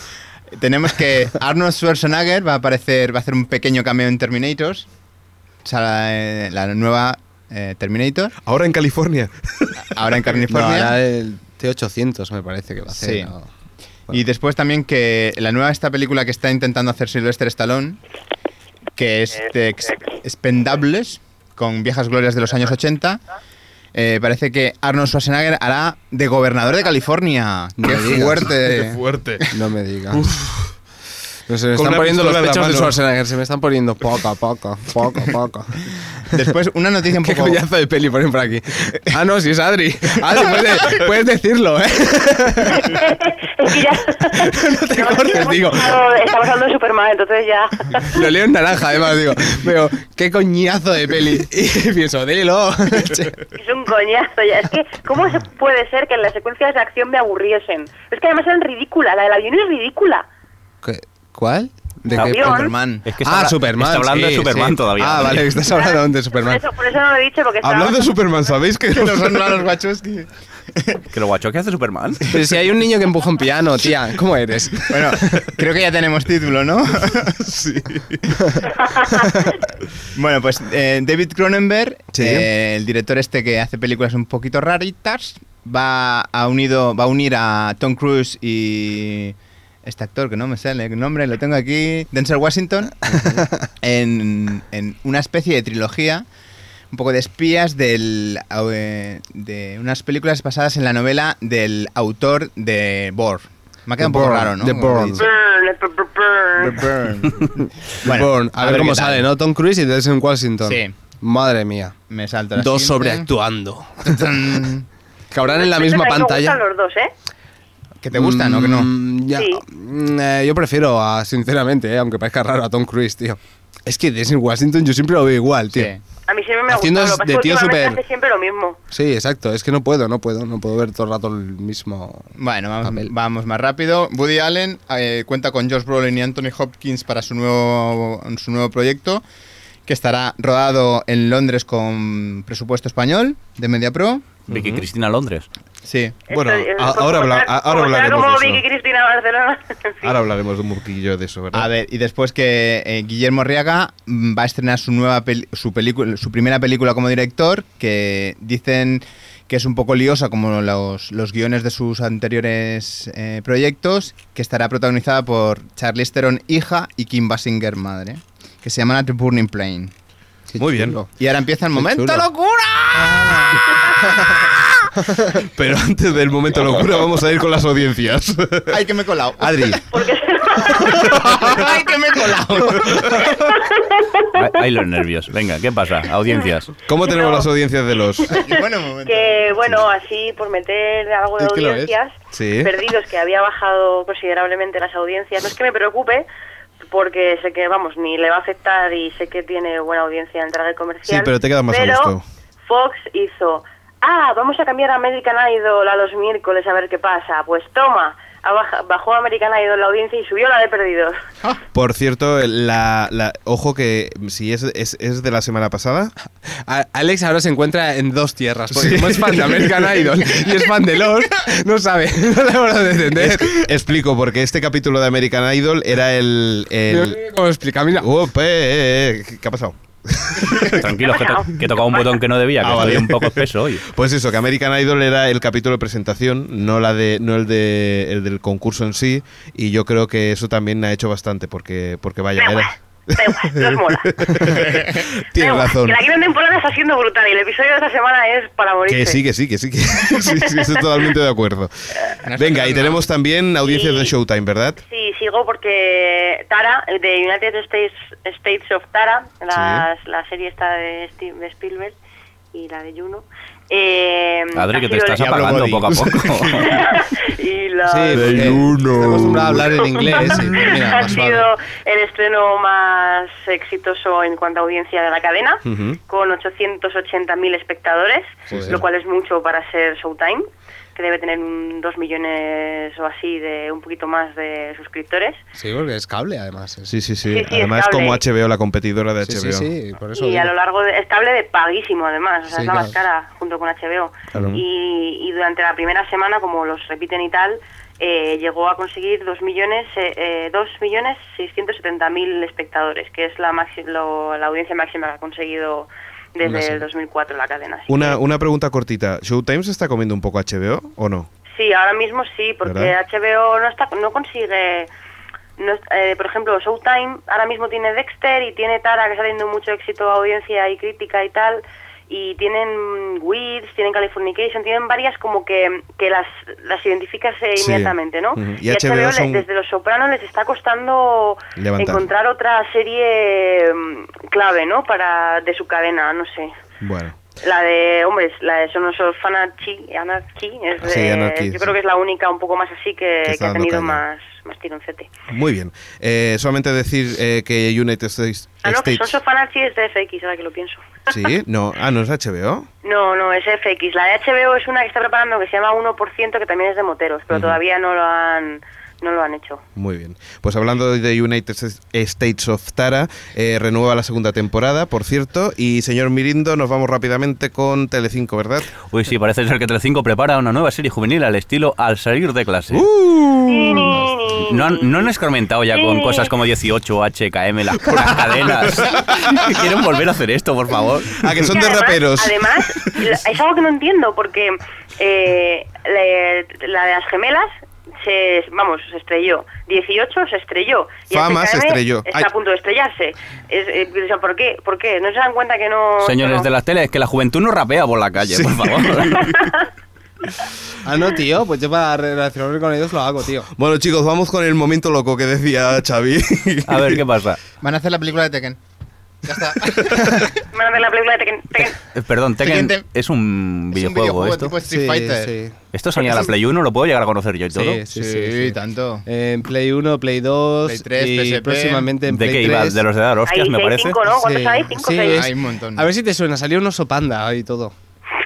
Speaker 3: Tenemos que Arnold Schwarzenegger va a aparecer, va a hacer un pequeño cameo en Terminators. O sea, la, eh, la nueva eh, Terminator,
Speaker 2: Ahora en California.
Speaker 3: ahora en
Speaker 4: No,
Speaker 3: California.
Speaker 4: era el T800 me parece que va a ser.
Speaker 3: Sí.
Speaker 4: ¿no?
Speaker 3: Y después también que la nueva esta película que está intentando hacer Sylvester Stallone, que es de Ex- Expendables, con viejas glorias de los años 80. eh, parece que Arnold Schwarzenegger hará de gobernador de California.
Speaker 4: No
Speaker 3: ¡Qué
Speaker 4: me digas.
Speaker 2: Qué
Speaker 3: fuerte!
Speaker 2: fuerte.
Speaker 4: No me digas. No, se me
Speaker 2: Con
Speaker 4: están
Speaker 2: una
Speaker 4: poniendo los
Speaker 2: pistola en la
Speaker 4: pechos de
Speaker 2: mano.
Speaker 4: Schwarzenegger, se me están poniendo poco a poco, poco a poco.
Speaker 3: Después, una noticia un
Speaker 4: Qué
Speaker 3: poco...
Speaker 4: coñazo de peli ponen por aquí. Ah, no, si es Adri. Adri, puedes, puedes decirlo, ¿eh?
Speaker 5: es que ya. no
Speaker 4: te cortes,
Speaker 5: hemos
Speaker 4: digo.
Speaker 5: estado- Estamos hablando de Superman, entonces ya.
Speaker 4: Lo leo en naranja, además, digo, pero qué coñazo de peli. Y pienso, dilo. Che.
Speaker 5: Es un coñazo ya. Es que, ¿cómo se puede ser que en las secuencias de acción me aburriesen? Es que además eran ridículas. La del avión es ridícula.
Speaker 4: ¿Qué- ¿Cuál? ¿De
Speaker 6: Ah,
Speaker 4: qué?
Speaker 5: Avión.
Speaker 3: Superman.
Speaker 6: Es que
Speaker 4: ah,
Speaker 6: está habla-
Speaker 4: Superman.
Speaker 6: está hablando de
Speaker 4: sí,
Speaker 6: Superman
Speaker 4: sí.
Speaker 6: todavía.
Speaker 4: Ah, vale, estás hablando de
Speaker 5: Por
Speaker 4: Superman.
Speaker 5: eso, por eso no lo he dicho, porque estaba...
Speaker 2: Hablando de Superman, ¿sabéis que
Speaker 3: No son malos Wachowski.
Speaker 6: Que lo guacho que hace Superman.
Speaker 4: Pero si hay un niño que empuja un piano, tía, ¿cómo eres?
Speaker 3: Bueno, creo que ya tenemos título, ¿no?
Speaker 2: Sí.
Speaker 3: Bueno, pues eh, David Cronenberg,
Speaker 2: Sí.
Speaker 3: eh, el director este que hace películas un poquito raritas, va a, unido, va a unir a Tom Cruise y este actor que no me sale el nombre, lo tengo aquí, Denzel Washington, en, en una especie de trilogía, un poco de espías del, au- eh, de unas películas basadas en la novela del autor de Bourne. Me ha quedado un
Speaker 4: The
Speaker 3: poco
Speaker 4: Bourne,
Speaker 3: raro, ¿no?
Speaker 4: The
Speaker 3: Como lo he
Speaker 4: Bourne.
Speaker 3: dicho.
Speaker 5: Burn, br- br-
Speaker 3: The
Speaker 5: burn.
Speaker 3: Bourne.
Speaker 4: Born. A, ver,
Speaker 3: qué
Speaker 4: cómo
Speaker 3: tal.
Speaker 4: sale, ¿no? Tom Cruise y Denzel Washington.
Speaker 3: Sí.
Speaker 4: Madre mía.
Speaker 3: Me salto la
Speaker 4: Dos
Speaker 3: siguiente.
Speaker 4: sobreactuando.
Speaker 3: Tan.
Speaker 4: Cabrán en la
Speaker 5: Este
Speaker 4: misma
Speaker 5: también me gustan
Speaker 4: pantalla.
Speaker 5: los dos, ¿eh?
Speaker 3: Que te gustan o que no.
Speaker 4: Mm, ya.
Speaker 5: Sí.
Speaker 4: Mm, eh, yo prefiero, a, sinceramente, eh, aunque parezca raro, a Tom Cruise, tío. Es que Denzel Washington yo siempre lo veo igual, tío.
Speaker 3: Sí.
Speaker 5: A mí siempre me ha
Speaker 4: Haciendo
Speaker 5: gustado. Lo que
Speaker 4: de
Speaker 5: pasa es que
Speaker 4: tío
Speaker 5: últimamente
Speaker 4: súper-
Speaker 5: hace siempre lo mismo.
Speaker 4: Sí, exacto. Es que no puedo, no puedo. No puedo ver todo el rato el mismo...
Speaker 3: Bueno, vamos,
Speaker 4: Papel.
Speaker 3: vamos más rápido. Woody Allen eh, cuenta con Josh Brolin y Anthony Hopkins para su nuevo, su nuevo proyecto, que estará rodado en Londres con presupuesto español de MediaPro.
Speaker 6: Vicky Cristina Londres.
Speaker 3: Sí.
Speaker 2: Bueno,
Speaker 5: Esto- eh,
Speaker 2: a-
Speaker 5: como
Speaker 2: ahora habla-
Speaker 5: estar-
Speaker 2: a- ahora
Speaker 5: como estar
Speaker 2: hablaremos
Speaker 5: como
Speaker 2: de
Speaker 5: Vicky
Speaker 2: eso.
Speaker 5: Cristina Barcelona. En fin.
Speaker 2: Ahora hablaremos de un murquillo de eso, ¿verdad?
Speaker 3: A ver, y después que eh, Guillermo Arriaga mm, va a estrenar su nueva pel- su película, su primera película como director, que dicen que es un poco liosa como los, los guiones de sus anteriores eh, proyectos, que estará protagonizada por Charlize Theron hija y Kim Basinger madre, que se llamará The Burning Plain.
Speaker 4: Qué
Speaker 2: Muy bien.
Speaker 4: chulo.
Speaker 3: Y ahora empieza el
Speaker 4: Qué
Speaker 3: momento
Speaker 4: chulo.
Speaker 3: locura.
Speaker 2: Pero antes del momento locura vamos a ir con las audiencias.
Speaker 3: Ay, que me he colado.
Speaker 2: Adri,
Speaker 3: Ay, que me he colado.
Speaker 6: Ahí- Ahí los nervios. Venga, ¿qué pasa? Audiencias.
Speaker 2: ¿cómo tenemos
Speaker 5: No.
Speaker 2: las audiencias de los...?
Speaker 3: Bueno, un momento.
Speaker 5: Que bueno, así por meter algo de
Speaker 4: Es que lo es.
Speaker 5: audiencias,
Speaker 2: Sí.
Speaker 5: perdidos que había bajado considerablemente las audiencias. No es que me preocupe, porque sé que, vamos, ni le va a afectar y sé que tiene buena audiencia en target comercial.
Speaker 2: Sí, pero te queda más a
Speaker 5: Pero
Speaker 2: gusto.
Speaker 5: Fox hizo, ah, vamos a cambiar a American Idol a los miércoles a ver qué pasa. Pues toma, ha baja- bajó American Idol la audiencia y subió la de perdidos.
Speaker 2: Por cierto, la, la- ojo que si es, es, es de la semana pasada,
Speaker 4: A- Alex ahora se encuentra en dos tierras. Porque
Speaker 2: Sí.
Speaker 4: como es fan de American Idol y es fan de LOL, no sabe, no le habrá de
Speaker 2: Es-
Speaker 4: entender.
Speaker 2: explico, porque este capítulo de American Idol era el... el-
Speaker 4: ¿Cómo lo explica? Mira,
Speaker 2: Upe, eh, eh, ¿qué- ¿Qué ha pasado?
Speaker 6: Tranquilos, que, to- que he tocado un botón que no debía, que
Speaker 2: Ah,
Speaker 6: estoy
Speaker 2: vale.
Speaker 6: un poco espeso hoy.
Speaker 2: Pues eso, que American Idol era el capítulo de presentación, no la de, no el de el del concurso en sí, y yo creo que eso también ha hecho bastante, porque, porque vaya,
Speaker 5: Da igual,
Speaker 2: era.
Speaker 5: da igual, nos mola. Da
Speaker 2: Tienes
Speaker 5: igual,
Speaker 2: razón.
Speaker 5: que la quinta temporada está siendo brutal y el episodio de esta semana es para morirse.
Speaker 2: Que sí, que sí, que sí, que sí, sí, estoy totalmente de acuerdo. Venga, y tenemos también audiencias de Showtime, ¿verdad?
Speaker 5: Sí, sigo porque Tara, de United States, States of Tara, la, la serie esta de, Steve- de Spielberg y la de Juno. eh,
Speaker 6: Adri,
Speaker 5: ha
Speaker 6: que te
Speaker 5: sido
Speaker 6: estás
Speaker 5: el-
Speaker 6: apagando
Speaker 3: Body.
Speaker 6: poco a poco.
Speaker 5: y la-
Speaker 4: porque estoy acostumbrado a hablar en inglés. y mira,
Speaker 5: ha
Speaker 4: más suave.
Speaker 5: sido el estreno más exitoso en cuanto a audiencia de la cadena,
Speaker 2: Ujú.
Speaker 5: con 880.000 espectadores,
Speaker 2: Joder.
Speaker 5: lo cual es mucho para ser Showtime, que debe tener un 2 millones o así, de un poquito más de suscriptores.
Speaker 4: Sí, porque es cable, además. es-
Speaker 2: Sí, sí, sí.
Speaker 5: Sí, sí,
Speaker 2: Además,
Speaker 5: es cable.
Speaker 2: como HBO, la competidora de
Speaker 4: sí,
Speaker 2: HBO.
Speaker 4: sí, sí, por eso.
Speaker 5: Y
Speaker 4: digo.
Speaker 5: a lo largo de, es cable de paguísimo además, o sea,
Speaker 4: Sí,
Speaker 5: es la más
Speaker 4: claro.
Speaker 5: cara junto con HBO.
Speaker 2: Claro.
Speaker 5: Y, y durante la primera semana, como los repiten y tal, eh, llegó a conseguir 2 millones, eh, eh, 2 millones 670 mil espectadores, que es la, maxi- lo- la audiencia máxima que ha conseguido
Speaker 4: Una
Speaker 5: desde
Speaker 4: serie.
Speaker 5: el 2004 la cadena. así
Speaker 2: Una, una pregunta cortita. ¿Showtime se está comiendo un poco HBO o no?
Speaker 5: Sí, ahora mismo sí, porque
Speaker 2: ¿Verdad?
Speaker 5: HBO no está, no consigue. no es- eh, por ejemplo, Showtime ahora mismo tiene Dexter y tiene Tara, que está teniendo mucho éxito audiencia y crítica y tal. Y tienen Weeds, tienen Californication, tienen varias como que, que las, las identificas eh,
Speaker 2: Sí.
Speaker 5: inmediatamente, ¿no?
Speaker 2: Ujú. Y
Speaker 5: Y, HBO,
Speaker 2: HBO
Speaker 5: les-
Speaker 2: son-
Speaker 5: desde Los Sopranos les está costando
Speaker 2: Levantar.
Speaker 5: encontrar otra serie mm, clave, ¿no? Para, de su cadena, no sé.
Speaker 2: Bueno.
Speaker 5: La de, hombre, es- la de Sonos of Anarchy, Anarchy, es
Speaker 2: Sí,
Speaker 5: de-
Speaker 2: Anarchy,
Speaker 5: yo
Speaker 2: sí.
Speaker 5: creo que es la única un poco más así
Speaker 2: Que
Speaker 5: que, que,
Speaker 2: está
Speaker 5: ha
Speaker 2: dando
Speaker 5: tenido
Speaker 2: caña.
Speaker 5: más, más tironcete.
Speaker 2: Muy bien. Eh, solamente decir eh, que United States.
Speaker 5: Ah, no, que
Speaker 2: States-
Speaker 5: Sons of Anarchy es de FX, ahora que lo pienso.
Speaker 2: Sí, no. Ah, no es HBO.
Speaker 5: No, no, es FX. La de HBO es una que está preparando que se llama 1%, que también es de moteros, pero todavía no lo han no lo han hecho.
Speaker 2: Muy bien. Pues hablando de The United States of Tara, eh, renueva la segunda temporada, por cierto. Y señor Mirindo, nos vamos rápidamente con Telecinco, ¿verdad?
Speaker 6: Uy, sí, parece ser que Telecinco prepara una nueva serie juvenil al estilo Al salir de clase.
Speaker 5: Ni, ni, ni,
Speaker 6: ¿No han,
Speaker 5: ni.
Speaker 6: no han escarmentado ya con cosas como 18, HKM, las puras cadenas? ¿Quieren volver a hacer esto, por favor?
Speaker 2: Ah, que son
Speaker 5: Es
Speaker 2: de
Speaker 5: que además-
Speaker 2: raperos.
Speaker 5: Además, la- es algo que no entiendo porque eh, la, la de las gemelas se, vamos, se estrelló. 18 se estrelló. Y
Speaker 2: Fama
Speaker 5: FKM
Speaker 2: se estrelló.
Speaker 5: Está
Speaker 2: Ay.
Speaker 5: a punto de estrellarse. Es, eh, o sea, ¿por, qué? ¿Por qué? ¿No se dan cuenta que no...?
Speaker 6: Señores de las teles, que la juventud no rapea por la calle, por favor.
Speaker 4: Ah, no, tío, pues yo para relacionarme con ellos lo hago, tío.
Speaker 2: Bueno, chicos, vamos con el momento loco que decía Xavi.
Speaker 6: A ver, ¿qué pasa?
Speaker 3: Van a hacer la película de Tekken. Ya está.
Speaker 5: Van a ver la película de Tekken. Tekken.
Speaker 6: Eh, Perdón, Tekken
Speaker 3: Siguiente.
Speaker 6: es un
Speaker 3: Es un
Speaker 6: videojuego esto.
Speaker 4: Pues
Speaker 3: tipo Street Fighter.
Speaker 4: sí.
Speaker 6: Esto salía en la Play 1, lo puedo llegar a conocer yo y todo.
Speaker 4: Sí,
Speaker 3: Sí,
Speaker 4: sí.
Speaker 3: tanto.
Speaker 4: En Play 1, Play 2,
Speaker 3: Play 3,
Speaker 4: y
Speaker 3: PSP.
Speaker 4: próximamente en
Speaker 6: ¿De
Speaker 4: Play 3.
Speaker 6: qué iba? De los de dar hostias,
Speaker 5: Hay
Speaker 6: me
Speaker 5: seis,
Speaker 6: parece.
Speaker 5: cinco, ¿no? ¿Cuántos
Speaker 4: Sí.
Speaker 5: hay? ¿Cinco,
Speaker 4: Sí,
Speaker 5: seis?
Speaker 4: es-
Speaker 3: Hay un montón.
Speaker 4: A ver si te suena, salió un oso panda y todo.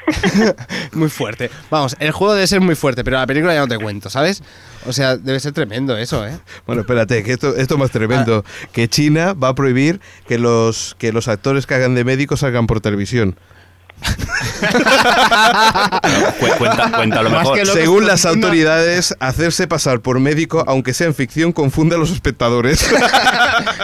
Speaker 4: muy fuerte. Vamos, el juego debe ser muy fuerte, pero la película ya no te cuento, ¿sabes? O sea, debe ser tremendo eso, ¿eh?
Speaker 2: Bueno, espérate, que esto, esto es más tremendo. Que China va a prohibir que los, que los actores que hagan de médicos salgan por televisión.
Speaker 6: Cu- Cuenta, cuenta lo
Speaker 3: Más
Speaker 6: mejor.
Speaker 3: que lo- Locos
Speaker 2: Según
Speaker 3: con
Speaker 2: las
Speaker 3: una-
Speaker 2: autoridades, hacerse pasar por médico, aunque sea en ficción, confunde a los espectadores.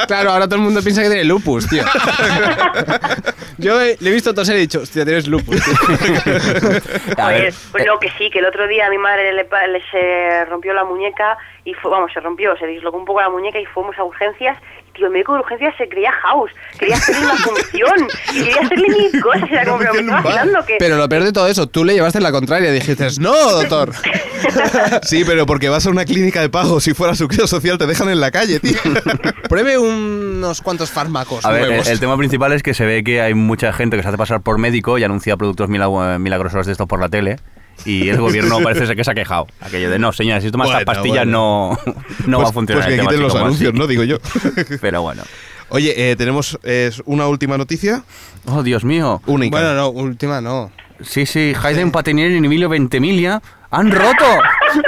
Speaker 4: Claro, ahora todo el mundo piensa que tiene lupus, tío. Yo he- le he visto toser y he dicho, hostia, tienes lupus, tío.
Speaker 6: A ver, eh,
Speaker 5: Joder, pues no, que sí, que el otro día a mi madre le, pa- le se rompió la muñeca y fue, vamos, se rompió, se dislocó un poco la muñeca y fuimos a urgencias. Tío, el médico de urgencias se creía house, quería hacerle una función, y quería hacerle mil cosas, era como, pero me estaba vacilando que...
Speaker 4: Pero lo peor de todo eso, tú le llevaste la contraria. Dijiste, no, doctor.
Speaker 2: sí, pero porque vas a una clínica de pago. Si fuera su social, te dejan en la calle, tío.
Speaker 4: Pruebe unos cuantos fármacos
Speaker 2: Pues
Speaker 6: A ver,
Speaker 4: nuevos.
Speaker 6: el, el tema principal es que se ve que hay mucha gente que se hace pasar por médico y anuncia productos milag- milagrosos de estos por la tele. Y el gobierno parece ser que se ha quejado. Aquello de, no, señora, si tomas estas
Speaker 2: Bueno,
Speaker 6: pastillas no, no va a
Speaker 2: Pues-
Speaker 6: funcionar.
Speaker 2: Pues que
Speaker 6: el tema,
Speaker 2: quiten los
Speaker 6: así como
Speaker 2: anuncios,
Speaker 6: así.
Speaker 2: ¿no? Digo yo.
Speaker 6: Pero bueno.
Speaker 2: Oye, eh, tenemos eh, una última noticia.
Speaker 6: Oh, Dios mío.
Speaker 2: Única.
Speaker 4: Bueno, no, última no.
Speaker 6: Sí, sí, Hayden Patinier y Emilio Ventimiglia han roto.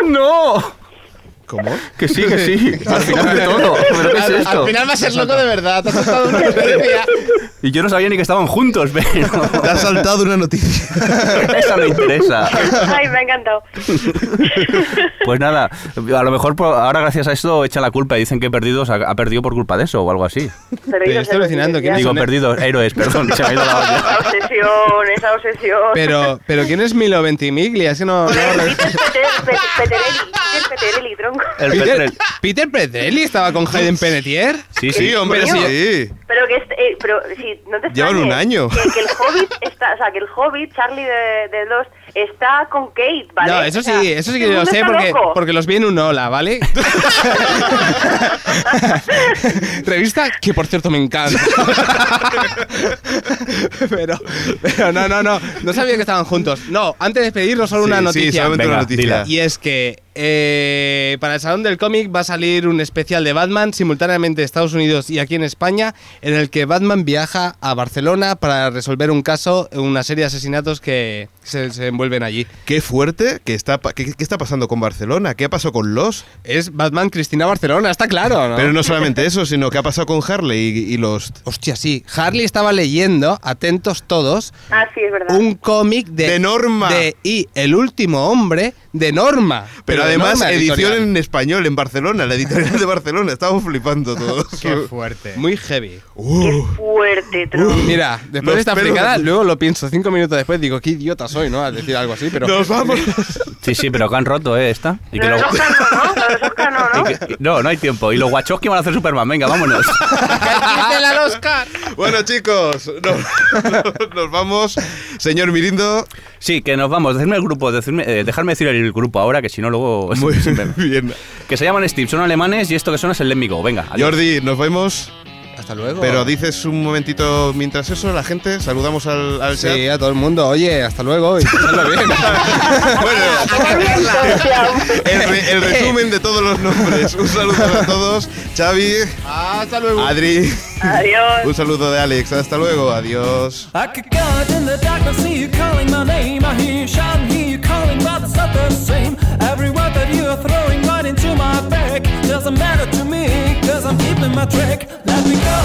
Speaker 6: ¡No!
Speaker 2: ¿Cómo?
Speaker 6: Que sí, que sí. Al final de todo. ¿Pero qué es
Speaker 3: Al, al
Speaker 6: esto?
Speaker 3: final va a ser loco de verdad. Te has saltado una noticia.
Speaker 6: Y yo no sabía ni que estaban juntos, pero...
Speaker 2: Te has saltado una noticia.
Speaker 6: Esa me interesa.
Speaker 5: Ay, me ha encantado.
Speaker 6: Pues nada, a lo mejor por- ahora gracias a esto echan la culpa y dicen que Perdidos ha, ha perdido por culpa de eso o algo así.
Speaker 5: Pero
Speaker 4: Pero
Speaker 5: yo
Speaker 4: estoy
Speaker 5: sé lo
Speaker 4: alucinando,
Speaker 5: que
Speaker 4: ¿quién es
Speaker 5: ya-
Speaker 6: Digo,
Speaker 4: un-
Speaker 6: Perdidos, héroes, perdón, se me ha ido la olla.
Speaker 5: Esa obsesión, esa obsesión.
Speaker 4: Pero, pero ¿quién es Milo Ventimiglia? Es que no. no-
Speaker 5: Peter Peter- Pe- Peterelli, Peter Peterelli, tronco.
Speaker 6: El
Speaker 4: Peter,
Speaker 6: Petrel.
Speaker 4: Peter Predelli estaba con Hayden Penetier.
Speaker 6: Sí, sí.
Speaker 2: hombre,
Speaker 5: Pero-
Speaker 2: sí.
Speaker 5: Pero que este, eh, pero si no te
Speaker 2: Llevan
Speaker 5: extrañes
Speaker 2: un año.
Speaker 5: Que, que el Hobbit está, o sea, que el Hobbit Charlie de, de Lost está con Kate, ¿vale?
Speaker 4: No, eso
Speaker 5: O sea,
Speaker 4: sí, eso sí que
Speaker 5: todo el
Speaker 4: lo
Speaker 5: mundo
Speaker 4: sé
Speaker 5: está
Speaker 4: porque,
Speaker 5: loco.
Speaker 4: porque los vi en un hola, ¿vale? Revista que por cierto me encanta. pero, pero no, no, no. No sabía que estaban juntos. No, antes de despedirnos solo una
Speaker 2: Sí, sí,
Speaker 4: noticia.
Speaker 2: solamente
Speaker 6: Venga,
Speaker 2: una noticia.
Speaker 6: dila.
Speaker 4: Y es que eh, para el Salón del Cómic va a salir un especial de Batman simultáneamente en Estados Unidos y aquí en España, en el que Batman viaja a Barcelona para resolver un caso, una serie de asesinatos que se, se envuelven allí.
Speaker 2: Qué fuerte que está, pa- qué, qué está pasando con Barcelona, qué ha pasado con los.
Speaker 4: Es Batman Cristina Barcelona, está claro, ¿no?
Speaker 2: Pero no solamente eso, sino qué ha pasado con Harley y, y Lost.
Speaker 4: Hostia, sí. Harley estaba leyendo, atentos todos,
Speaker 5: Ah, sí, es verdad.
Speaker 4: un cómic de,
Speaker 2: De Norma.
Speaker 4: de- y El último hombre de Norma.
Speaker 2: Pero, además, edición
Speaker 4: ediciones
Speaker 2: en español en Barcelona, la editorial de Barcelona. Estamos flipando todos.
Speaker 3: Qué fuerte.
Speaker 4: Muy heavy.
Speaker 5: Qué
Speaker 2: Uh.
Speaker 5: fuerte, tronco.
Speaker 4: Mira, después
Speaker 2: Los
Speaker 4: de esta
Speaker 2: pelos-
Speaker 4: fricada, luego lo pienso cinco minutos después, digo, qué idiota soy, ¿no? Al decir algo así, pero...
Speaker 2: Nos vamos.
Speaker 6: Sí, sí, pero que han roto, ¿eh? Esta. Y que
Speaker 5: Lo de
Speaker 6: lo-
Speaker 5: los Oscar no, ¿no? Lo de los Oscar no, ¿no?
Speaker 6: y que- no, no hay tiempo. Y los Wachowski van a hacer Superman, venga, vámonos.
Speaker 3: la Oscar!
Speaker 2: Bueno, chicos, nos, nos vamos. Señor Mirindo,
Speaker 6: Sí, que nos vamos. Decidme el grupo, decidme- eh, dejadme decir el grupo ahora, que si no luego...
Speaker 2: muy bien.
Speaker 6: Que se llaman Steve, son alemanes y esto que son es el Let Me Go. Venga, adiós.
Speaker 2: Jordi, nos vemos.
Speaker 4: Hasta luego.
Speaker 2: Pero dices un momentito mientras eso, la gente. Saludamos al, al chat.
Speaker 4: Sí, a todo el mundo, oye, hasta luego y pasadlo bien.
Speaker 2: El, re- el resumen de todos los nombres. Un saludo a todos. Xavi,
Speaker 3: ¡Hasta luego!
Speaker 2: Adri,
Speaker 5: Adiós.
Speaker 2: un saludo de Alex. Hasta luego, adiós.
Speaker 7: I could go out in the dark and see you calling my name. I hear you shouting, hear you calling, but it's not the same. Every word that you are throwing right into my back. my trick. Let me go.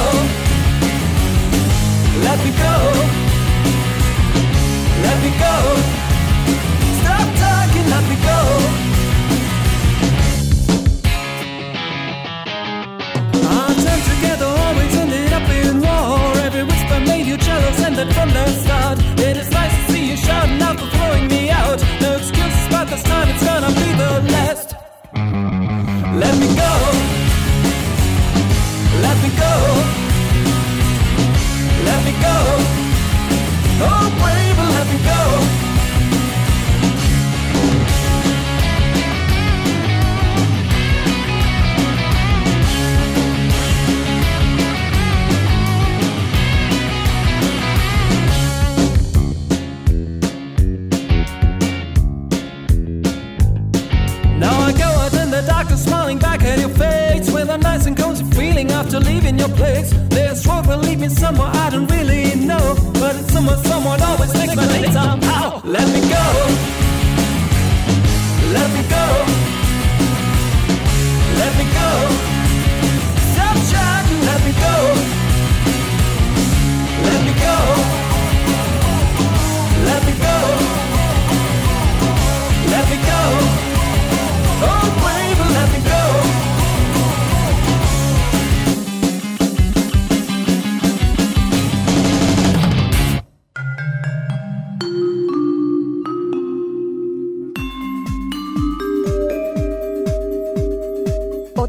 Speaker 7: Let me go. Let me go. Stop talking. Let me go. Our time together always ended up in war. Every whisper made you jealous, and that from the start. It is nice to see you shouting out for throwing me out. No excuses, but this time it's gonna be the last. Let me go. Let me go. Let me go. Oh, baby, let me go. Now I go out in the darkness, smiling back at your face with a nice and cozy feeling after leaving your place. This road will lead me somewhere I don't really know, but it's somewhere someone always takes my name somehow. Let me go. Let me go. Let me go. Stop trying, let me go. Let me go. Let me go. Let me go. Oh, baby, let me go.
Speaker 1: O